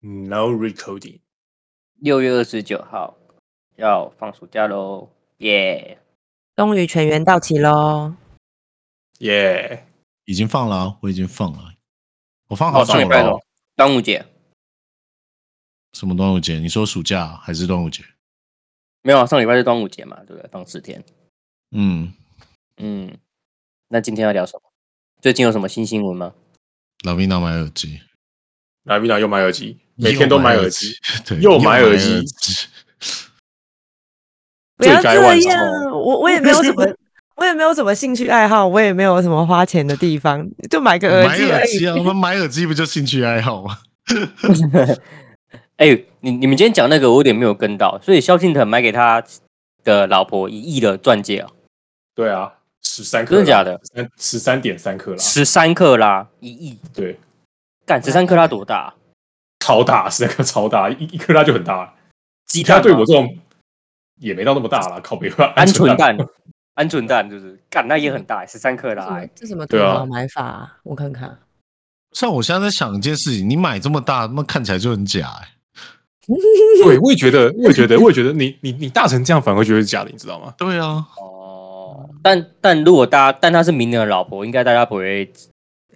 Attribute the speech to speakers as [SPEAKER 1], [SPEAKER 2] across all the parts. [SPEAKER 1] No recording。
[SPEAKER 2] 六月二十九号要放暑假喽，耶、
[SPEAKER 3] 终于全员到齐喽！
[SPEAKER 1] 耶、
[SPEAKER 4] 已经放了啊、我已经放了，我放好
[SPEAKER 2] 哦，
[SPEAKER 4] 久
[SPEAKER 2] 上礼拜
[SPEAKER 4] 了
[SPEAKER 2] 喽
[SPEAKER 4] 哦。，
[SPEAKER 2] 端午节
[SPEAKER 4] 什么端午节？你说暑假还是端午节？
[SPEAKER 2] 没有啊，上礼拜是端午节嘛，对不对？放四天。
[SPEAKER 4] 嗯，
[SPEAKER 2] 嗯，那今天要聊什么？最近有什么新新闻吗？
[SPEAKER 4] 老兵娜买耳机，
[SPEAKER 1] 拉米娜又买耳机，每天都买耳机，，
[SPEAKER 4] 对，
[SPEAKER 1] 又
[SPEAKER 4] 买
[SPEAKER 1] 买耳机
[SPEAKER 4] 机
[SPEAKER 3] 不要
[SPEAKER 1] 罪该
[SPEAKER 3] 这
[SPEAKER 1] 万
[SPEAKER 3] 样
[SPEAKER 1] 重，
[SPEAKER 3] 我我也没有什么，我也没有什么兴趣爱好，我也没有什么花钱的地方，就买个耳
[SPEAKER 4] 买
[SPEAKER 3] 机而
[SPEAKER 4] 耳
[SPEAKER 3] 已。
[SPEAKER 4] 机啊！我们买耳机不就兴趣爱好吗？
[SPEAKER 2] 哎、你你们今天讲那个，我有点没有跟到，所以萧敬腾买给他的老婆一亿的钻戒啊，
[SPEAKER 1] 对啊，十三克，
[SPEAKER 2] 真的假的？
[SPEAKER 1] 三十三点三克拉，
[SPEAKER 2] 十三克拉，一亿，
[SPEAKER 1] 对，
[SPEAKER 2] 干十三克拉多大啊、
[SPEAKER 1] 超大，十三克超大，一一克拉就很大了。
[SPEAKER 2] 鸡
[SPEAKER 1] 你看
[SPEAKER 2] 蛋
[SPEAKER 1] 对
[SPEAKER 2] 吗
[SPEAKER 1] 我这种也没到那么大啦，靠北 吧，
[SPEAKER 2] 鹌鹑
[SPEAKER 1] 鹑
[SPEAKER 2] 蛋，鹌鹑蛋就是干，那也很大，十三克拉、欸。
[SPEAKER 3] 这什么土
[SPEAKER 1] 对啊
[SPEAKER 3] 豪买法啊？我看看，
[SPEAKER 4] 像我现在在想一件事情，你买这么大，他妈看起来就很假哎、
[SPEAKER 1] 对，我也觉得，我也觉得，我也觉得你你你大成这样反而会觉得是假的，你知道吗？
[SPEAKER 4] 对啊，
[SPEAKER 2] 哦，但但如果大家，但她是名人的老婆，应该大家不会，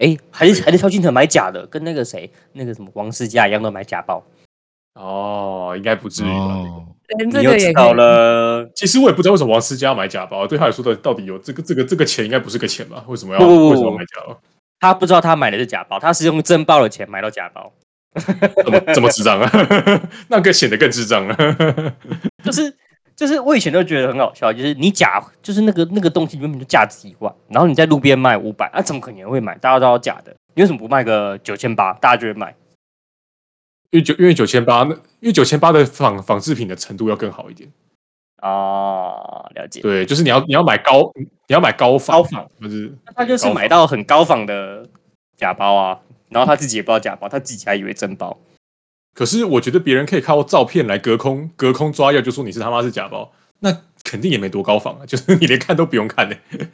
[SPEAKER 2] 哎、还是还是萧敬腾买假的，跟那个谁，那个什么王思佳一样，都买假包。
[SPEAKER 1] 哦，应该不至于吧。
[SPEAKER 4] 哦，
[SPEAKER 3] 连
[SPEAKER 2] 你
[SPEAKER 3] 这
[SPEAKER 2] 又
[SPEAKER 3] 个
[SPEAKER 2] 知
[SPEAKER 3] 也
[SPEAKER 2] 道
[SPEAKER 3] 可以。
[SPEAKER 2] 了，
[SPEAKER 1] 其实我也不知道为什么王思佳要买假包，对他来说的到底有这个这个这个钱应该不是个钱吧？为什么要
[SPEAKER 2] 不不不
[SPEAKER 1] 为什么要买假包？
[SPEAKER 2] 他不知道他买的是假包，他是用真包的钱买到假包，
[SPEAKER 1] 这么这么智障啊？ 那更显得更智障了。啊
[SPEAKER 2] 就是就是我以前都觉得很好笑，就是你假就是那个那个东西原本就价值一万，然后你在路边卖五百，啊，怎么可能会买？大家都要假的，你为什么不卖个九千八？大家就会买。
[SPEAKER 1] 因为九因为九千八，因为九千八的仿仿制品的程度要更好一点。
[SPEAKER 2] 哦，了解。
[SPEAKER 1] 对，就是你要你要买高，你要买高仿，
[SPEAKER 2] 高仿
[SPEAKER 1] 就是
[SPEAKER 2] 那他就是
[SPEAKER 1] 高仿
[SPEAKER 2] 买到很高仿的假包啊，然后他自己也不知道假包，他自己还以为真包。
[SPEAKER 1] 可是我觉得别人可以靠照片来隔空隔空抓药，就说你是他妈是假包，那肯定也没多高仿啊，就是你连看都不用 看的、欸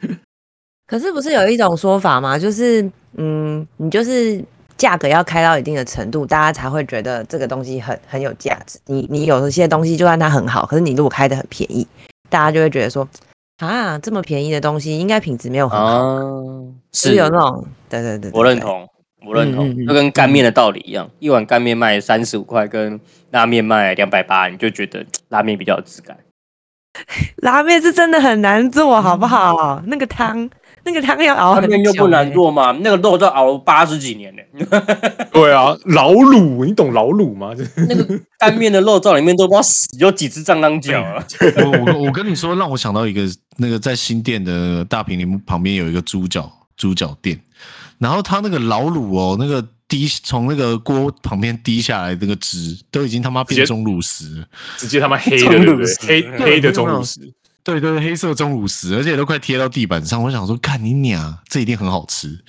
[SPEAKER 3] 可是不是有一种说法吗？就是嗯，你就是价格要开到一定的程度，大家才会觉得这个东西很很有价值。你你有一些东西，就算它很好，可是你如果开的很便宜，大家就会觉得说啊，这么便宜的东西应该品质没有很好，
[SPEAKER 2] 哦，
[SPEAKER 3] 就是有那种对对对对
[SPEAKER 2] 我认
[SPEAKER 3] 对
[SPEAKER 2] 同，我认同
[SPEAKER 3] 嗯嗯，嗯
[SPEAKER 2] 就跟干面的道理一样，一碗干面卖三十五块，跟拉面卖两百八，你就觉得嘖拉面比较有质感。
[SPEAKER 3] 拉面是真的很难做，好不好？那个汤，那个汤要熬
[SPEAKER 2] 拉
[SPEAKER 3] 很久、欸
[SPEAKER 2] 面又不难，做嘛，那个肉都熬了八十几年呢、
[SPEAKER 1] 对啊，老卤，你懂老卤吗？就是
[SPEAKER 2] 那个干面的肉罩里面都不知道死有几只蟑螂脚啊 了。
[SPEAKER 4] 我我我跟你说，让我想到一个那个在新店的大平林旁边有一个猪脚猪脚店，然后他那个老卤哦，那个滴从那个锅旁边滴下来那个汁，都已经他妈
[SPEAKER 1] 直接
[SPEAKER 4] 变中卤食了，
[SPEAKER 1] 直接他妈黑的，
[SPEAKER 2] 中
[SPEAKER 1] 对不
[SPEAKER 2] 乳
[SPEAKER 1] 对？
[SPEAKER 2] 石
[SPEAKER 1] 黑黑的中乳石，
[SPEAKER 4] 对对，黑色中乳食，而且都快贴到地板上。我想说，看你娘，这一定很好吃。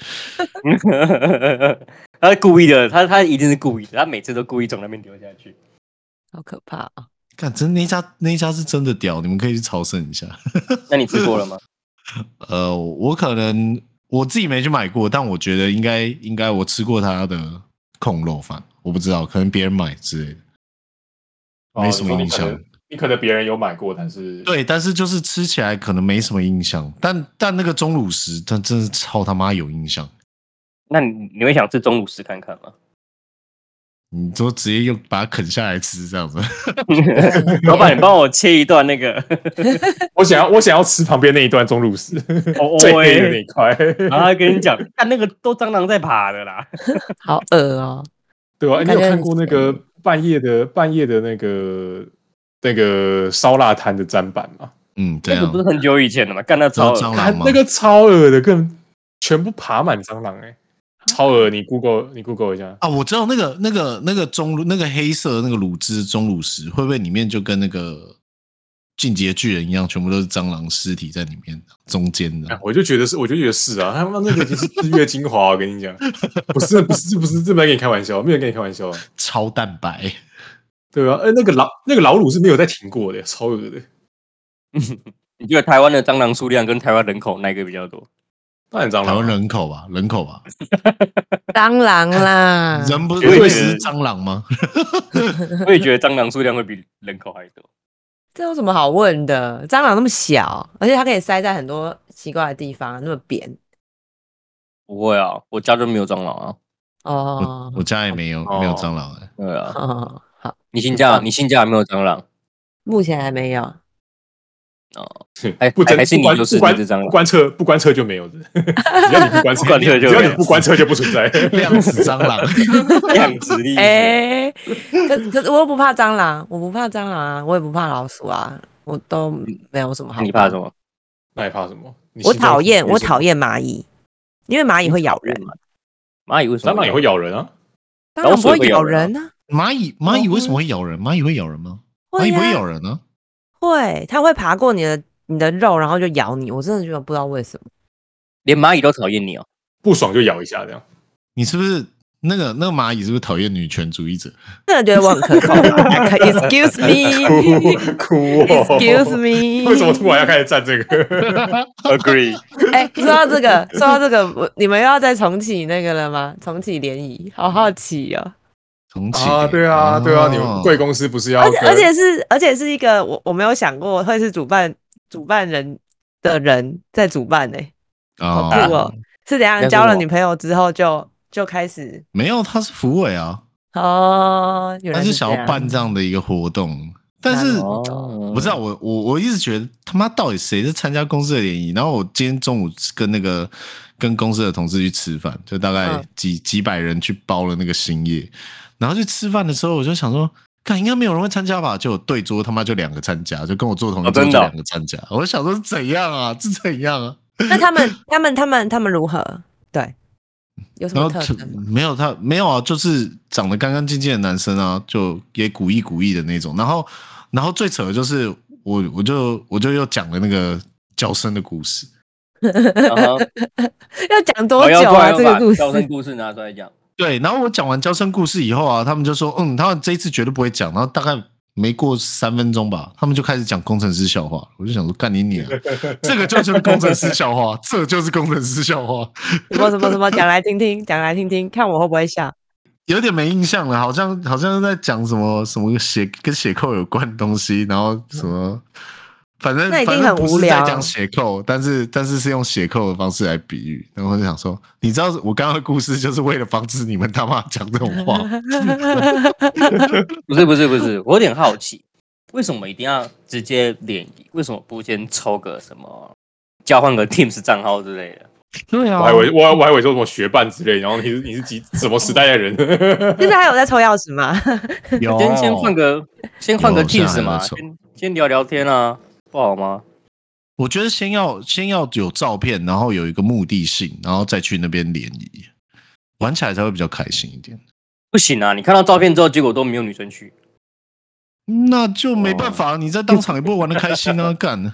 [SPEAKER 2] 他是故意的，他他一定是故意的，他每次都故意从那边丢下去。
[SPEAKER 3] 好可怕啊！
[SPEAKER 4] 看，真那一家那一家是真的屌，你们可以去朝圣一下。
[SPEAKER 2] 那你吃过了吗？
[SPEAKER 4] 呃，我可能我自己没去买过，但我觉得应该应该我吃过他的控肉饭，我不知道，可能别人买之类的，
[SPEAKER 1] 哦
[SPEAKER 4] 没什
[SPEAKER 1] 你说
[SPEAKER 4] 么
[SPEAKER 1] 你
[SPEAKER 4] 印
[SPEAKER 1] 可
[SPEAKER 4] 象。
[SPEAKER 1] 能你可能别人有买过，但是
[SPEAKER 4] 对，但是就是吃起来可能没什么印象，但但那个钟乳石，它真是超他妈有印象。
[SPEAKER 2] 那你你会想吃中午食看看吗？
[SPEAKER 4] 你就直接又把它啃下来吃这样子，
[SPEAKER 2] 老板，你帮我切一段那个，
[SPEAKER 1] 我想要我想要吃旁边那一段中乳石，
[SPEAKER 2] 哦
[SPEAKER 1] 最黑的那
[SPEAKER 2] 喂
[SPEAKER 1] 一块，
[SPEAKER 2] 然后他跟你讲，看那个都蟑螂在爬的啦。
[SPEAKER 3] 好恶哦、
[SPEAKER 1] 对吧、
[SPEAKER 3] 我
[SPEAKER 1] 你有
[SPEAKER 3] 感觉
[SPEAKER 1] 看
[SPEAKER 3] 很
[SPEAKER 1] 过那个半夜的半夜的那个那个烧腊摊的砧板吗？
[SPEAKER 4] 嗯，这
[SPEAKER 2] 那个
[SPEAKER 4] 样
[SPEAKER 2] 不。 是很久以前的吗？干到超
[SPEAKER 4] 知道蟑螂
[SPEAKER 1] 看
[SPEAKER 4] 吗
[SPEAKER 1] 那个超恶的，更全部爬满蟑螂哎、
[SPEAKER 3] 啊
[SPEAKER 1] 超额，你 Google 你 Google 一下，
[SPEAKER 4] 啊，我知道那个那个那个钟乳那个黑色的那个乳汁钟乳石，会不会里面就跟那个进阶巨人一样，全部都是蟑螂尸体在里面中间的
[SPEAKER 1] 哎？我就觉得是，我就觉得是啊，他妈那个已经是日月精华，我跟你 讲，不是不是不是，这没跟你开玩笑，没有跟你开玩笑啊，
[SPEAKER 4] 超蛋白，
[SPEAKER 1] 对啊，哎、那个老那个老鲁是没有在停过的，超恶的，
[SPEAKER 2] 你觉得台湾的蟑螂数量跟台湾人口哪一个比较多？
[SPEAKER 1] 那很蟑
[SPEAKER 4] 台湾
[SPEAKER 1] 螂啊，
[SPEAKER 4] 人口吧，人口吧，
[SPEAKER 3] 当然
[SPEAKER 2] 嗯
[SPEAKER 3] 啦，
[SPEAKER 4] 人不
[SPEAKER 1] 绝
[SPEAKER 4] 会
[SPEAKER 1] 对
[SPEAKER 4] 是
[SPEAKER 1] 是
[SPEAKER 4] 蟑螂吗？
[SPEAKER 2] 我也觉得蟑螂数量会比人口还多。
[SPEAKER 3] 这有什么好问的？蟑螂那么小，而且它可以塞在很多奇怪的地方，那么扁
[SPEAKER 2] 不会啊，我家就没有蟑螂啊。
[SPEAKER 3] 哦
[SPEAKER 4] 我。我家也没有
[SPEAKER 1] 哦
[SPEAKER 4] 没有蟑螂哎、
[SPEAKER 2] 对啊，
[SPEAKER 3] 哦，好，
[SPEAKER 2] 你新家你新家有没有蟑螂？
[SPEAKER 3] 目前还没有。
[SPEAKER 2] 还
[SPEAKER 1] 不真
[SPEAKER 2] 哎还是你
[SPEAKER 1] 不关
[SPEAKER 2] 就是
[SPEAKER 1] 不关
[SPEAKER 2] 那只蟑螂
[SPEAKER 1] 不关车不关车就没有的， 只要你不关车，
[SPEAKER 2] 不关车就
[SPEAKER 1] 只要
[SPEAKER 2] 没
[SPEAKER 1] 你
[SPEAKER 2] 有
[SPEAKER 1] 不关车就不存在。
[SPEAKER 4] 量子蟑螂，
[SPEAKER 2] 量子力学，
[SPEAKER 3] 哎、可是可是我又不怕蟑螂，我不怕蟑螂啊，我也不怕老鼠啊，我都没有什么好。
[SPEAKER 2] 你怕什？么？
[SPEAKER 1] 那你怕什么？你
[SPEAKER 3] 我
[SPEAKER 1] 心中
[SPEAKER 3] 讨厌，我
[SPEAKER 1] 是
[SPEAKER 3] 讨厌蚂蚁，因为蚂蚁会咬人，
[SPEAKER 2] 蚂蚁为什么？
[SPEAKER 1] 蟑螂也会咬人啊，
[SPEAKER 3] 蟑
[SPEAKER 2] 老
[SPEAKER 3] 螂不
[SPEAKER 2] 鼠也会咬
[SPEAKER 3] 咬
[SPEAKER 2] 人啊
[SPEAKER 3] 人呢、
[SPEAKER 4] 蚂蚁蚂
[SPEAKER 2] 哦
[SPEAKER 4] 蚁为什么会咬人？蚂蚁会咬人吗？蚂
[SPEAKER 3] 会
[SPEAKER 4] 哎蚁不会
[SPEAKER 3] 啊
[SPEAKER 4] 咬人呢、
[SPEAKER 3] 会，它会爬过你的你的肉，然后就咬你。我真的觉得不知道为什么。
[SPEAKER 2] 连蚂蚁都讨厌你哦。
[SPEAKER 1] 不爽就咬一下这 样。
[SPEAKER 4] 你是不是那个那个蚂蚁是不是讨厌女权主义者？
[SPEAKER 3] 真的觉得我很可口。Excuse
[SPEAKER 1] 哭
[SPEAKER 3] me，Excuse
[SPEAKER 1] 哭哦
[SPEAKER 3] me。
[SPEAKER 1] 为什么突然要开始站这个？
[SPEAKER 2] Agree，
[SPEAKER 3] 哎、说到这个，说到这个，我你们又要再重启那个了吗？重启联谊，好好奇哦。
[SPEAKER 4] 重启
[SPEAKER 1] 啊，对啊，对啊，你们贵
[SPEAKER 4] 公
[SPEAKER 1] 公司不是要
[SPEAKER 3] 而且
[SPEAKER 1] 跟？
[SPEAKER 3] 而且是而且是一个我我没有想过会是主办主办人的人在主办呢、
[SPEAKER 4] 啊
[SPEAKER 3] 好
[SPEAKER 1] 啊
[SPEAKER 3] 酷哦！是怎样
[SPEAKER 2] 那是
[SPEAKER 3] 交了
[SPEAKER 2] 我
[SPEAKER 3] 女朋友之后就就开始
[SPEAKER 4] 没有，他是福伟啊，
[SPEAKER 3] 哦，原
[SPEAKER 4] 他
[SPEAKER 3] 来
[SPEAKER 4] 是
[SPEAKER 3] 是
[SPEAKER 4] 想
[SPEAKER 3] 这
[SPEAKER 4] 要
[SPEAKER 3] 样
[SPEAKER 4] 办这样的一个活动，但是
[SPEAKER 2] 哦
[SPEAKER 4] 我不 知道，我我我一直觉得他妈到底谁是参加公司的联谊？然后我今天中午跟那个跟公司的同事去吃饭，就大概
[SPEAKER 3] 嗯
[SPEAKER 4] 几、几百人去包了那个新业，然后去吃饭的时候，我就想说，看应该没有人会参加吧？就对桌他妈就两个参加，就跟我坐同一
[SPEAKER 2] 哦
[SPEAKER 4] 桌
[SPEAKER 2] 真
[SPEAKER 4] 就
[SPEAKER 2] 的哦
[SPEAKER 4] 两个参加，我就想说是怎样啊？是怎样啊？
[SPEAKER 3] 那他们他们他们他们如何？对，有什
[SPEAKER 4] 然
[SPEAKER 3] 么
[SPEAKER 4] 后
[SPEAKER 3] 特
[SPEAKER 4] 就
[SPEAKER 3] 征吗？
[SPEAKER 4] 没有他没有啊，就是长得干干净净的男生啊，就也古意古意的那种。然后，然后最扯的就是我我就我就又讲了那个叫声的故事。
[SPEAKER 2] 啊哈
[SPEAKER 3] 要讲多
[SPEAKER 2] 我
[SPEAKER 3] 久
[SPEAKER 2] 要突
[SPEAKER 3] 啊？
[SPEAKER 2] 然
[SPEAKER 3] 这
[SPEAKER 2] 又
[SPEAKER 3] 个
[SPEAKER 2] 把
[SPEAKER 3] 故
[SPEAKER 2] 招生
[SPEAKER 3] 事
[SPEAKER 2] 故事拿出来讲，
[SPEAKER 4] 对，然后我讲完叫声故事以后啊，他们就说嗯，他们这一次绝对不会讲。然后大概没过三分钟吧，他们就开始讲工程师笑话。我就想说干你你啊，这个就是工程师笑话，这就是工程师笑话。
[SPEAKER 3] 什么什么什么，讲来听听，讲来听听，看我会不会 笑。
[SPEAKER 4] 有点没印象了，好像好像在讲什么什么血跟血扣有关的东西，然后什么，反正
[SPEAKER 3] 那一定
[SPEAKER 4] 反正
[SPEAKER 3] 很
[SPEAKER 4] 不是
[SPEAKER 3] 无聊
[SPEAKER 4] 在讲血扣，但是但是是用血扣的方式来比喻，然后我就想说，你知道我刚刚的故事就是为了防止你们他妈讲这种 话，
[SPEAKER 2] 不是不是不是，我有点好奇，为什么一定要直接联谊？为什么不先抽个什么，交换个 Teams 账号之类的？
[SPEAKER 4] 对啊
[SPEAKER 1] 我还以为我我还以为说什么学伴之类，然后你是你是几什么时代的人？
[SPEAKER 3] 现在还有在抽钥匙吗？哦
[SPEAKER 4] 有
[SPEAKER 2] 先先换个先换个
[SPEAKER 4] 有现在
[SPEAKER 2] Teams
[SPEAKER 3] 啊
[SPEAKER 4] 还
[SPEAKER 2] 嘛，
[SPEAKER 4] 在抽
[SPEAKER 2] 先先聊聊天啊，不好吗？
[SPEAKER 4] 我觉得先要先要有照片，然后有一个目的性，然后再去那边联谊，玩起来才会比较开心一点。
[SPEAKER 2] 不行啊！你看到照片之后，结果都没有女生去。
[SPEAKER 4] 那就没办法，你在当场也不会玩的开心啊， 干。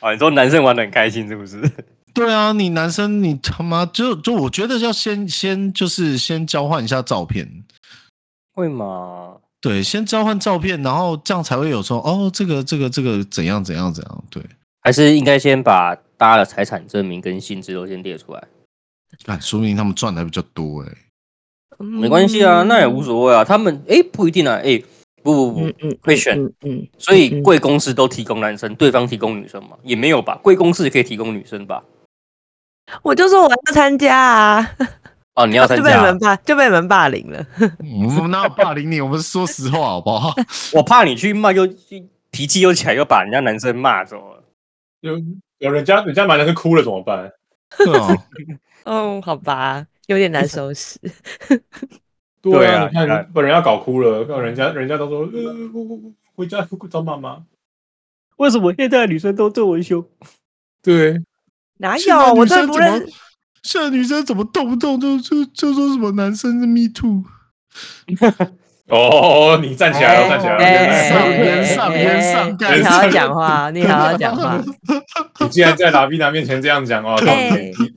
[SPEAKER 2] 啊，你说男生玩的很开心是不 是？
[SPEAKER 4] 对啊，你男生你他妈就就我觉得要先先就是先交换一下照片，
[SPEAKER 2] 会吗？
[SPEAKER 4] 对，先交换照片，然后这样才会有说哦，这个这个这个怎样怎样怎样，对，
[SPEAKER 2] 还是应该先把大家的财产证明跟薪资都先列出来，
[SPEAKER 4] 但说明他们赚的还比较多哎、
[SPEAKER 3] 嗯
[SPEAKER 2] 没关系啊，那也无
[SPEAKER 3] 谓。
[SPEAKER 2] 所谓啊。他们诶，不一定啊，诶，不不不，
[SPEAKER 3] 嗯嗯，
[SPEAKER 2] 会选
[SPEAKER 3] 嗯嗯，
[SPEAKER 2] 所以贵公司都提供男生，对方提供女生嘛？也没有吧？贵公司也可以提供女生吧？
[SPEAKER 3] 我就说我要参加啊，
[SPEAKER 2] 哦，你要参
[SPEAKER 3] 就被你
[SPEAKER 2] 加啊
[SPEAKER 3] 们？霸就被你们霸凌了。
[SPEAKER 4] 我们哪有霸凌你？我们说实话好不 好？
[SPEAKER 2] 我怕你去骂又脾气又起来，又把人家男生骂走了。
[SPEAKER 1] 有有人家人家男生哭了怎么办？
[SPEAKER 4] 对啊，
[SPEAKER 3] 哦，好吧，有点难收拾。
[SPEAKER 1] 对
[SPEAKER 2] 啊
[SPEAKER 1] 你看
[SPEAKER 2] 你看
[SPEAKER 1] 把人家搞哭了，让人家人家都说呃我我我回家找妈妈。
[SPEAKER 2] 为什么现在的女生都对我凶？
[SPEAKER 1] 对，
[SPEAKER 3] 哪
[SPEAKER 4] 现在
[SPEAKER 3] 有？我
[SPEAKER 4] 女
[SPEAKER 3] 最
[SPEAKER 4] 生
[SPEAKER 3] 不
[SPEAKER 4] 怎么
[SPEAKER 3] 认，
[SPEAKER 4] 现在女生怎么动不动就就就说什么男生是 me too，
[SPEAKER 1] 哦，你站起来了，站起来了
[SPEAKER 3] 哎
[SPEAKER 1] 站起来了！
[SPEAKER 4] 哎原上原上
[SPEAKER 3] 哎你好好讲话，你好好 讲话。
[SPEAKER 1] 你竟然在拉比娜面前这样讲哦，
[SPEAKER 3] 哎
[SPEAKER 1] 你你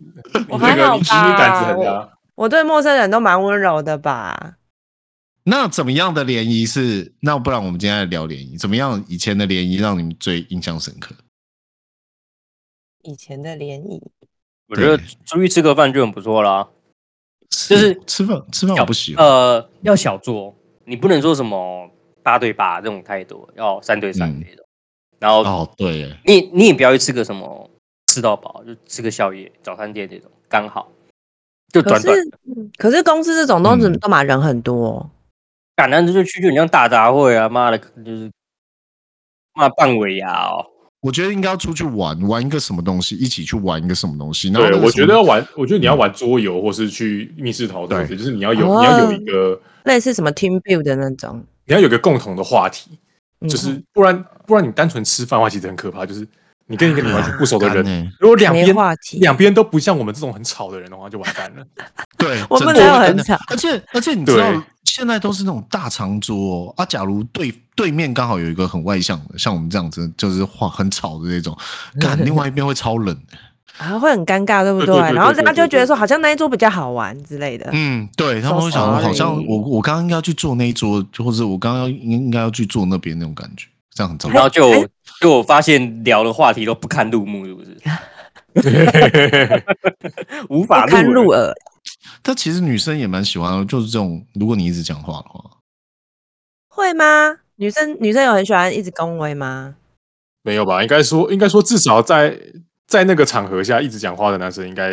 [SPEAKER 3] 我
[SPEAKER 1] 你
[SPEAKER 3] 还
[SPEAKER 1] 这个
[SPEAKER 3] 好
[SPEAKER 1] 你其实胆子
[SPEAKER 3] 吧
[SPEAKER 1] 很大。
[SPEAKER 3] 我对陌生人都蛮温柔的吧？
[SPEAKER 4] 那怎么样的联谊是？那不然我们今天来聊联谊，怎么样以前的联谊让你们最印象深刻？
[SPEAKER 3] 以前的联谊，
[SPEAKER 2] 我觉得
[SPEAKER 4] 对
[SPEAKER 2] 出去吃个饭就很不错啦。就是
[SPEAKER 4] 吃饭吃饭我不喜欢，
[SPEAKER 2] 呃，要小桌，你不能说什么八对八这种太多，要三对三
[SPEAKER 4] 嗯
[SPEAKER 2] 这种。然后
[SPEAKER 4] 哦对耶，
[SPEAKER 2] 你你也不要去吃个什么吃到饱，就吃个宵夜、早餐店这种，刚好就
[SPEAKER 3] 可
[SPEAKER 2] 短
[SPEAKER 3] 是嗯
[SPEAKER 2] 短。
[SPEAKER 3] 可是公司这种都
[SPEAKER 4] 嗯
[SPEAKER 3] 都嘛人很多，哦
[SPEAKER 2] 感男就去就很像大杂烩啊，妈的，就是妈半尾牙哦，
[SPEAKER 4] 我觉得应该要出去玩玩一个什么东西，一起去玩一个什么东西。然后
[SPEAKER 1] 对，
[SPEAKER 4] 那个
[SPEAKER 1] 我
[SPEAKER 4] 什
[SPEAKER 1] 觉
[SPEAKER 4] 么
[SPEAKER 1] 得要玩，我觉得你要玩桌游或是去密室逃脱，
[SPEAKER 4] 对
[SPEAKER 1] 就是你要有
[SPEAKER 3] 哦
[SPEAKER 1] 你要有一个
[SPEAKER 3] 类似什么 team build 的那种，
[SPEAKER 1] 你要有一个共同的话题，
[SPEAKER 3] 嗯
[SPEAKER 1] 就是不然不然你单纯吃饭的话，其实很可怕。就是你跟一个你完全不熟的
[SPEAKER 4] 干
[SPEAKER 3] 嗯
[SPEAKER 1] 人，
[SPEAKER 4] 欸
[SPEAKER 1] 如果两
[SPEAKER 3] 没
[SPEAKER 1] 边
[SPEAKER 3] 话题。
[SPEAKER 1] 两边都不像我们这种很吵的人的话，就完蛋了。
[SPEAKER 4] 对，
[SPEAKER 3] 我们
[SPEAKER 4] 真的
[SPEAKER 3] 没有很
[SPEAKER 4] 真的
[SPEAKER 3] 吵
[SPEAKER 4] 而且而且你知道
[SPEAKER 1] 对
[SPEAKER 4] 现在都是那种大长桌、哦、啊，假如对对面刚好有一个很外向的，像我们这样子就是话很吵的 那种，干另外一边会超冷的。
[SPEAKER 3] 啊，会很尴尬，对不
[SPEAKER 1] 对对对对
[SPEAKER 3] 然后大家
[SPEAKER 1] 对对
[SPEAKER 3] 就觉得
[SPEAKER 1] 对
[SPEAKER 3] 说，好像那一桌比较好玩之类的。
[SPEAKER 4] 嗯，对他们
[SPEAKER 3] So
[SPEAKER 4] 会想，好像
[SPEAKER 3] sorry
[SPEAKER 4] 我我刚刚应该要去坐那一桌，或者我刚刚要应应该要去坐那边那种感觉，这样很糟
[SPEAKER 2] 然
[SPEAKER 4] 糕。
[SPEAKER 2] 后就
[SPEAKER 3] 哎
[SPEAKER 2] 就我发现聊的话题都不堪入目，是不是？ 无法
[SPEAKER 3] 不堪入
[SPEAKER 2] 入耳。
[SPEAKER 3] 耳，
[SPEAKER 4] 但其实女生也蛮喜欢的，就是这种，如果你一直讲话的话，
[SPEAKER 3] 会吗？女生女生有很喜欢一直恭维吗？
[SPEAKER 1] 没有吧？应该说应该说至少在在那个场合下一直讲话的男生，应该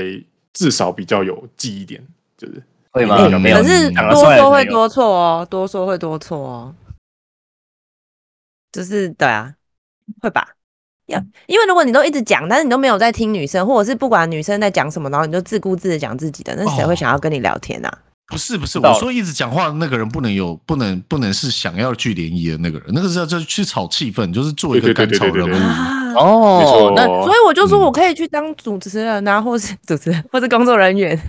[SPEAKER 1] 至少比较有记忆点，就是
[SPEAKER 2] 会吗？
[SPEAKER 4] 嗯
[SPEAKER 2] 有没有
[SPEAKER 3] 哎可？是
[SPEAKER 2] 讲得
[SPEAKER 3] 多
[SPEAKER 2] 出来的
[SPEAKER 3] 说
[SPEAKER 2] 没
[SPEAKER 3] 会
[SPEAKER 2] 有
[SPEAKER 3] 多错哦，多说会多错哦。就是对啊，会吧？要因为如果你都一直讲，但是你都没有在听女生，或者是不管女生在讲什么，然后你就自顾自的讲自己的，那谁
[SPEAKER 4] 哦
[SPEAKER 3] 会想要跟你聊天啊？
[SPEAKER 4] 不是不是，
[SPEAKER 2] 知道
[SPEAKER 4] 我
[SPEAKER 2] 了
[SPEAKER 4] 说一直讲话的那个人不能有，不能不能是想要去联谊的那个人，那个是要就是去炒气氛，就是做一个
[SPEAKER 1] 对对
[SPEAKER 4] 甘
[SPEAKER 1] 对
[SPEAKER 4] 草
[SPEAKER 1] 对
[SPEAKER 4] 人
[SPEAKER 1] 对对
[SPEAKER 4] 物。
[SPEAKER 3] 啊，
[SPEAKER 1] 没
[SPEAKER 2] 哦
[SPEAKER 1] 错，
[SPEAKER 2] 那
[SPEAKER 3] 所以我就说
[SPEAKER 4] 嗯
[SPEAKER 3] 我可以去当主持人啊，或是 主持人，或是工作人员。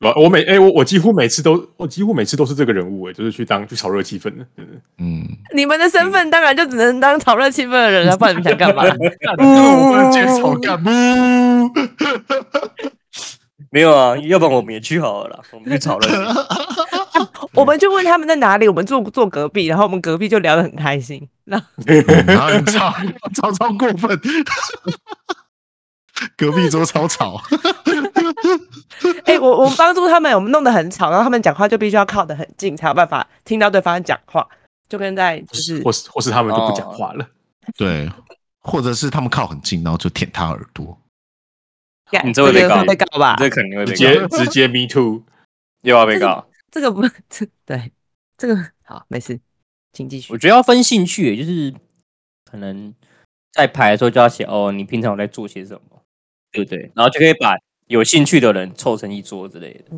[SPEAKER 1] 我我每哎、我我几乎每次都我几乎每次都是这个人物哎、就是去当去炒热气氛的。嗯
[SPEAKER 4] 嗯，
[SPEAKER 3] 你们的身份当然就只能当讨论气氛的人了，不然你们 想干嘛？嗯
[SPEAKER 4] 我不能接受，干不？
[SPEAKER 2] 没有啊，要不然我们也去好了啦，我们去讨论。
[SPEAKER 3] 我们就问他们在哪里，我们坐坐隔壁，然后我们隔壁就聊得很开心。然后
[SPEAKER 4] 哦然后你吵吵超过分， 隔壁桌超吵，
[SPEAKER 3] 哎、我我们帮助他们，我们弄得很吵，然后他们讲话就必须要靠得很近，才有办法听到对方讲话，就跟在就是哦
[SPEAKER 1] 或是或是他们就不讲话了。
[SPEAKER 4] 对，或者是他们靠很近，然后就舔他耳朵。
[SPEAKER 3] 干
[SPEAKER 2] 你这会被
[SPEAKER 3] 个
[SPEAKER 2] 告
[SPEAKER 3] 被告吧？
[SPEAKER 2] 这肯定会被
[SPEAKER 1] 直
[SPEAKER 2] 告，
[SPEAKER 1] 接直接 me too，
[SPEAKER 2] 又要被告。
[SPEAKER 3] 这个不， 这对这个好没事，请继续
[SPEAKER 2] 我。觉得要分兴趣，就是可能在排的时候就要写哦，你平常有在做些什么，对不对？然后就可以把有兴趣的人凑成一桌之类的。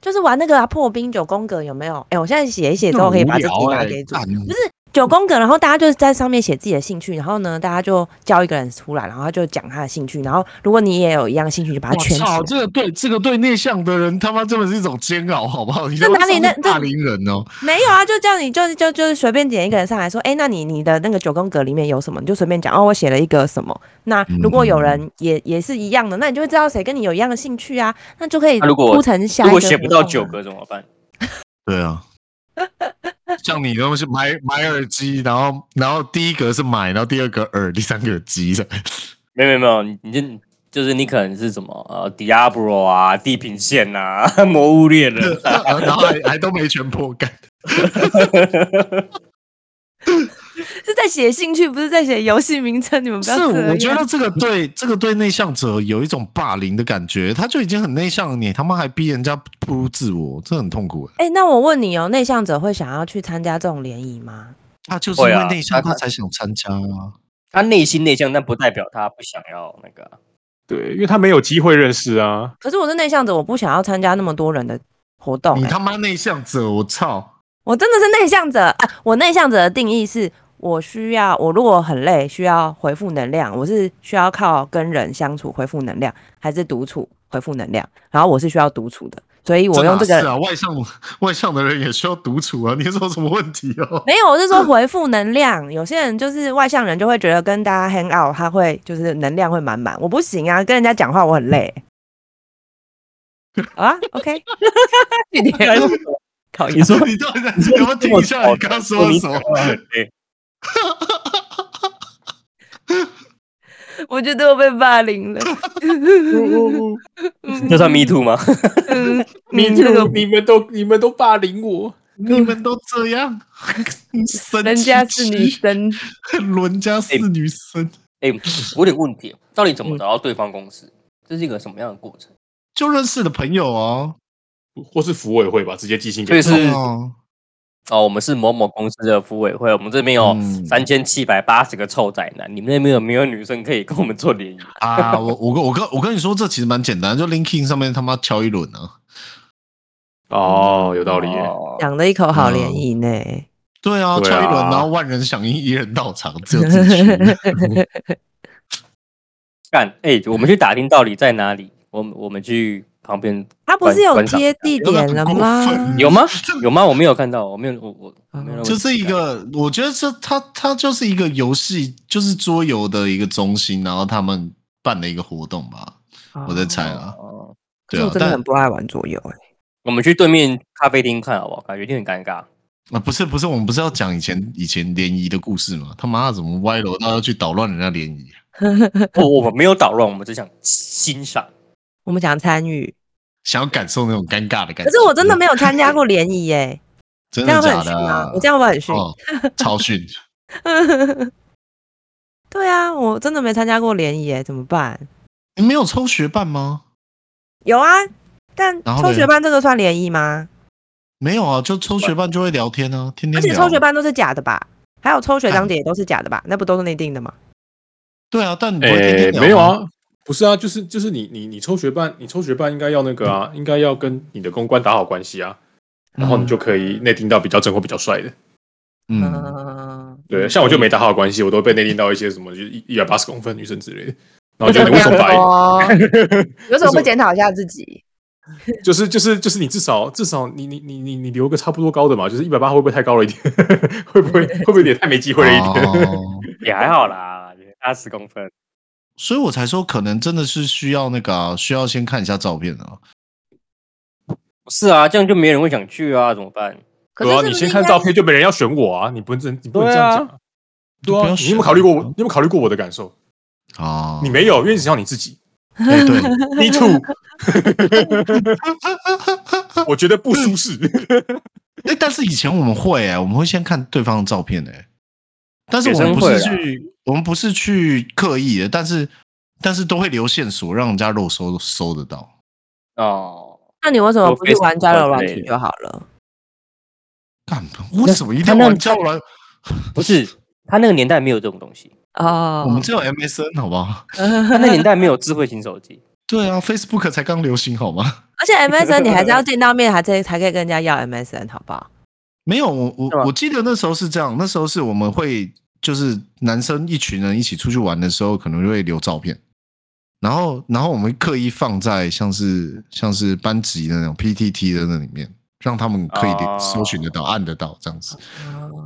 [SPEAKER 3] 就是玩那个啊破冰九宫格有没有？哎、我现在写一写之后可以把这题
[SPEAKER 2] 欸
[SPEAKER 3] 拿给主
[SPEAKER 4] 哎干
[SPEAKER 3] 不是九宫格，然后大家就在上面写自己的兴趣，然后呢，大家就叫一个人出来，然后他就讲他的兴趣，然后如果你也有一样兴趣，就把它圈起来。
[SPEAKER 4] 操，这个对这个对内向的人他妈真的是一种煎熬，好不好？你
[SPEAKER 3] 这
[SPEAKER 4] 都
[SPEAKER 3] 哪里
[SPEAKER 4] 上
[SPEAKER 3] 那
[SPEAKER 4] 次
[SPEAKER 3] 这
[SPEAKER 4] 霸凌人哦？
[SPEAKER 3] 没有啊，就叫你就就就是随便点一个人上来说，哎，那你你的那个九宫格里面有什么？你就随便讲哦，我写了一个什么。那
[SPEAKER 2] 嗯
[SPEAKER 3] 如果有人也也是一样的，那你就会知道谁跟你有一样的兴趣啊，那就可以
[SPEAKER 2] 那如果
[SPEAKER 3] 铺成下一
[SPEAKER 2] 如果
[SPEAKER 3] 个活动啊。
[SPEAKER 2] 写不到九个怎么办？
[SPEAKER 4] 对啊，像你那种是买买耳机，然后然后第一格是买，然后第二格耳，第三格机的，
[SPEAKER 2] 没有没有没有，你你就就是你可能是什么呃，Diablo 啊，地平线啊， 魔物猎 人啊，
[SPEAKER 4] 呃然后还还都没全破干。
[SPEAKER 3] 是在写兴趣，不是在写游戏名称。你们不要
[SPEAKER 4] 是，
[SPEAKER 3] 这
[SPEAKER 4] 我觉
[SPEAKER 3] 样啊
[SPEAKER 4] 得这个对这个对内向者有一种霸凌的感觉，他就已经很内向了，你他妈还逼人家不如自我，这很痛苦欸。
[SPEAKER 3] 哎、那我问你哦，内向者会想要去参加这种联谊吗？
[SPEAKER 4] 他就是因
[SPEAKER 2] 会
[SPEAKER 4] 为
[SPEAKER 2] 啊
[SPEAKER 4] 内向，
[SPEAKER 2] 他
[SPEAKER 4] 他才想参加啊。
[SPEAKER 2] 他内心内向，但不代表他不想要那个啊。
[SPEAKER 1] 对，因为他没有机会认识啊。
[SPEAKER 3] 可是我是内向者，我不想要参加那么多人的活动、
[SPEAKER 4] 你
[SPEAKER 3] 哎
[SPEAKER 4] 他妈内向者，我操！
[SPEAKER 3] 我真的是内向者啊！我内向者的定义是我需要，我如果很累，需要回复能量，我是需要靠跟人相处回复能量，还是独处回复能量？然后我是需要独处的，所以我用这个
[SPEAKER 4] 哪是啊，外向外向的人也需要独处啊，你是有什么问题哦？
[SPEAKER 3] 没有，我是说回复能量。 有些人就是外向人，就会觉得跟大家 hang out，他会就是能量会满满。我不行啊，跟人家讲话我很 累。好啊，OK，考
[SPEAKER 2] 你
[SPEAKER 3] 验
[SPEAKER 2] 说
[SPEAKER 4] 你到底在你要不要听一下你刚刚说的什 么？
[SPEAKER 2] 啊对，
[SPEAKER 3] 我觉得我被霸凌 了。
[SPEAKER 2] 这算 me too 吗？
[SPEAKER 3] 嗯，
[SPEAKER 1] 你
[SPEAKER 3] 嗯这个
[SPEAKER 1] 你们都你们都霸凌我，
[SPEAKER 4] 你们都这样，神
[SPEAKER 3] 人家嗯是女生，
[SPEAKER 4] 生，人家是女生，
[SPEAKER 2] 哎、我有点问题，到底怎么找到对方公司？这是一个什么样的过程？
[SPEAKER 4] 就认识的朋友哦。
[SPEAKER 1] 或是服委会吧，直接寄信
[SPEAKER 2] 所以
[SPEAKER 1] 给
[SPEAKER 2] 是
[SPEAKER 4] 哦，
[SPEAKER 2] 哦，我们是某某公司的服委会，我们这边有
[SPEAKER 4] 嗯
[SPEAKER 2] 三千七百八十个臭宅男，你们那边有没有女生可以跟我们做联谊？
[SPEAKER 4] 啊，我我跟我跟我跟你说，这其实蛮简单，就 LinkedIn 上面他妈敲一轮啊。
[SPEAKER 1] 哦，有道理耶。
[SPEAKER 2] 哦
[SPEAKER 3] 讲了一口
[SPEAKER 4] 嗯
[SPEAKER 3] 好联谊呢。
[SPEAKER 4] 对啊，
[SPEAKER 1] 对
[SPEAKER 4] 敲
[SPEAKER 1] 啊
[SPEAKER 4] 一轮，然后万人响应，一人到 场，只有自己去。
[SPEAKER 2] 干，哎、我们去打听到底在哪里？我们我们去旁边
[SPEAKER 3] 他不是有
[SPEAKER 2] 观赏
[SPEAKER 3] 贴地点了吗？
[SPEAKER 2] 有吗？有吗？我没有看到，我没有，我我我没有。啊
[SPEAKER 4] 就是一，个，我觉得这它它就是一个游戏，就是桌游的一个中心，然后他们办的一个活动吧，我在猜啊。
[SPEAKER 2] 哦，
[SPEAKER 3] 可
[SPEAKER 4] 对
[SPEAKER 3] 是
[SPEAKER 4] 啊
[SPEAKER 3] 我，真的
[SPEAKER 4] 但
[SPEAKER 3] 很不爱玩桌游哎。
[SPEAKER 2] 我们去对面咖啡厅看好不好？感觉有点尴尬。
[SPEAKER 4] 啊，不是不是，我们不是要讲以前以前联谊的故事吗？他妈怎么歪楼到要去捣乱人家联谊？
[SPEAKER 2] 我我们没有捣乱，我们只想欣赏。
[SPEAKER 3] 我们想参与，
[SPEAKER 4] 想要感受那种尴尬的感觉。
[SPEAKER 3] 可是我真的没有参加过联谊哎，
[SPEAKER 4] 哎真
[SPEAKER 3] 这
[SPEAKER 4] 的
[SPEAKER 3] 样会
[SPEAKER 4] 假
[SPEAKER 3] 很逊
[SPEAKER 4] 的
[SPEAKER 3] 吗
[SPEAKER 4] 啊？？
[SPEAKER 3] 我这样会很逊。
[SPEAKER 4] 哦，超逊。哦
[SPEAKER 3] 对啊，我真的没参加过联谊耶，怎么办？
[SPEAKER 4] 你没有抽学伴吗？
[SPEAKER 3] 有啊，但
[SPEAKER 4] 然后
[SPEAKER 3] 抽
[SPEAKER 4] 嘞
[SPEAKER 3] 学伴这个算联谊吗？
[SPEAKER 4] 没有啊，就抽学伴就会聊天啊，天天
[SPEAKER 3] 而
[SPEAKER 4] 聊。
[SPEAKER 3] 且抽学伴都是假的吧？还有抽学长姐也都是假的吧？那不都是内定的吗？
[SPEAKER 4] 对啊，但你不会天
[SPEAKER 1] 诶
[SPEAKER 4] 天聊、
[SPEAKER 1] 没有，啊，不是啊，就是就是你你你抽学伴，你抽学伴应该要那个啊，应该要跟你的公关打好关系啊，然后你就可以内定到比较正或比较帅的。
[SPEAKER 4] 嗯，
[SPEAKER 3] 嗯，
[SPEAKER 1] 对，像我就没打好关系，我都被内定到一些什么就是一一百八十公分女生之类的，然后就你为什么白？
[SPEAKER 3] 哦？ 有什么不检讨一下自己？
[SPEAKER 1] 就是就是就是你至少至少你你你你你留个差不多高的嘛，就是一百八会不会太高了一点？ 会不会会不会有点太没
[SPEAKER 3] 嗯
[SPEAKER 1] 机会了一点？
[SPEAKER 4] 哦
[SPEAKER 2] 也还好啦，八十公分。
[SPEAKER 4] 所以我才说，可能真的是需要那个、啊，需要先看一下照片啊。
[SPEAKER 2] 是啊，这样就没人会想去啊，怎么办？
[SPEAKER 3] 可
[SPEAKER 1] 对啊，
[SPEAKER 3] 是
[SPEAKER 1] 你先看照片就没人要选我啊，你不能你不能这样讲啊。
[SPEAKER 4] 对
[SPEAKER 1] 对啊，
[SPEAKER 4] 啊就不要
[SPEAKER 1] 你有没
[SPEAKER 4] 选
[SPEAKER 1] 有考虑过我？
[SPEAKER 4] 啊
[SPEAKER 1] 你有没有考虑过我的感受？
[SPEAKER 4] 哦，
[SPEAKER 1] 你没有，因为只要你自己。
[SPEAKER 4] 哎、对，
[SPEAKER 1] Me too 我觉得不舒适。
[SPEAKER 4] 哎、但是以前我们会哎、我们会先看对方的照片哎、但是我
[SPEAKER 2] 学
[SPEAKER 4] 们
[SPEAKER 2] 生
[SPEAKER 4] 不
[SPEAKER 2] 会啊
[SPEAKER 4] 是
[SPEAKER 2] 啦
[SPEAKER 4] 去，我们不是去刻意的，但是但是都会留线索，让人家肉搜搜得到。
[SPEAKER 2] 哦，
[SPEAKER 3] 那你为什么不去玩交友软
[SPEAKER 2] 都
[SPEAKER 3] 体
[SPEAKER 2] Facebook
[SPEAKER 3] 就好了？
[SPEAKER 4] 干，为什么一定要玩交友软？
[SPEAKER 2] 不是，他那个年代没有这种东西，
[SPEAKER 3] 哦，
[SPEAKER 4] 我们只有 MSN 好不好？
[SPEAKER 2] 他那年代没有智慧型手机。
[SPEAKER 4] 对啊，Facebook 才刚流行好吗？
[SPEAKER 3] 而且 MSN 你还是要见到面，还才才可以跟人家要 MSN，好不好？
[SPEAKER 4] 没有，我
[SPEAKER 2] 是吗
[SPEAKER 4] 我我记得那时候是这样，那时候是我们会就是男生一群人一起出去玩的时候，可能会留照片，然后然后我们刻意放在像是像是班级的那种 PTT 的那里面，让他们可以
[SPEAKER 2] 哦
[SPEAKER 4] 搜寻得到、按得到这样子，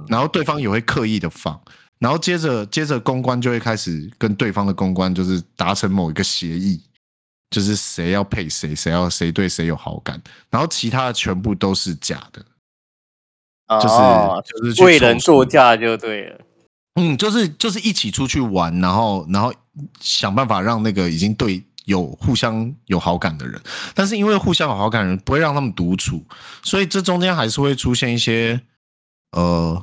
[SPEAKER 4] 然后对方也会刻意的放。然后接着接着公关就会开始跟对方的公关就是达成某一个协议，就是谁要配谁，谁要谁对谁有好感，然后其他的全部都是假的，就 是、
[SPEAKER 2] 哦
[SPEAKER 4] 就是去
[SPEAKER 2] 为人
[SPEAKER 4] 凑数
[SPEAKER 2] 作嫁就对了。
[SPEAKER 4] 嗯，就是就是一起出去玩，然后然后想办法让那个已经对有互相有好感的人，但是因为互相有好感的人不会让他们独处，所以这中间还是会出现一些呃，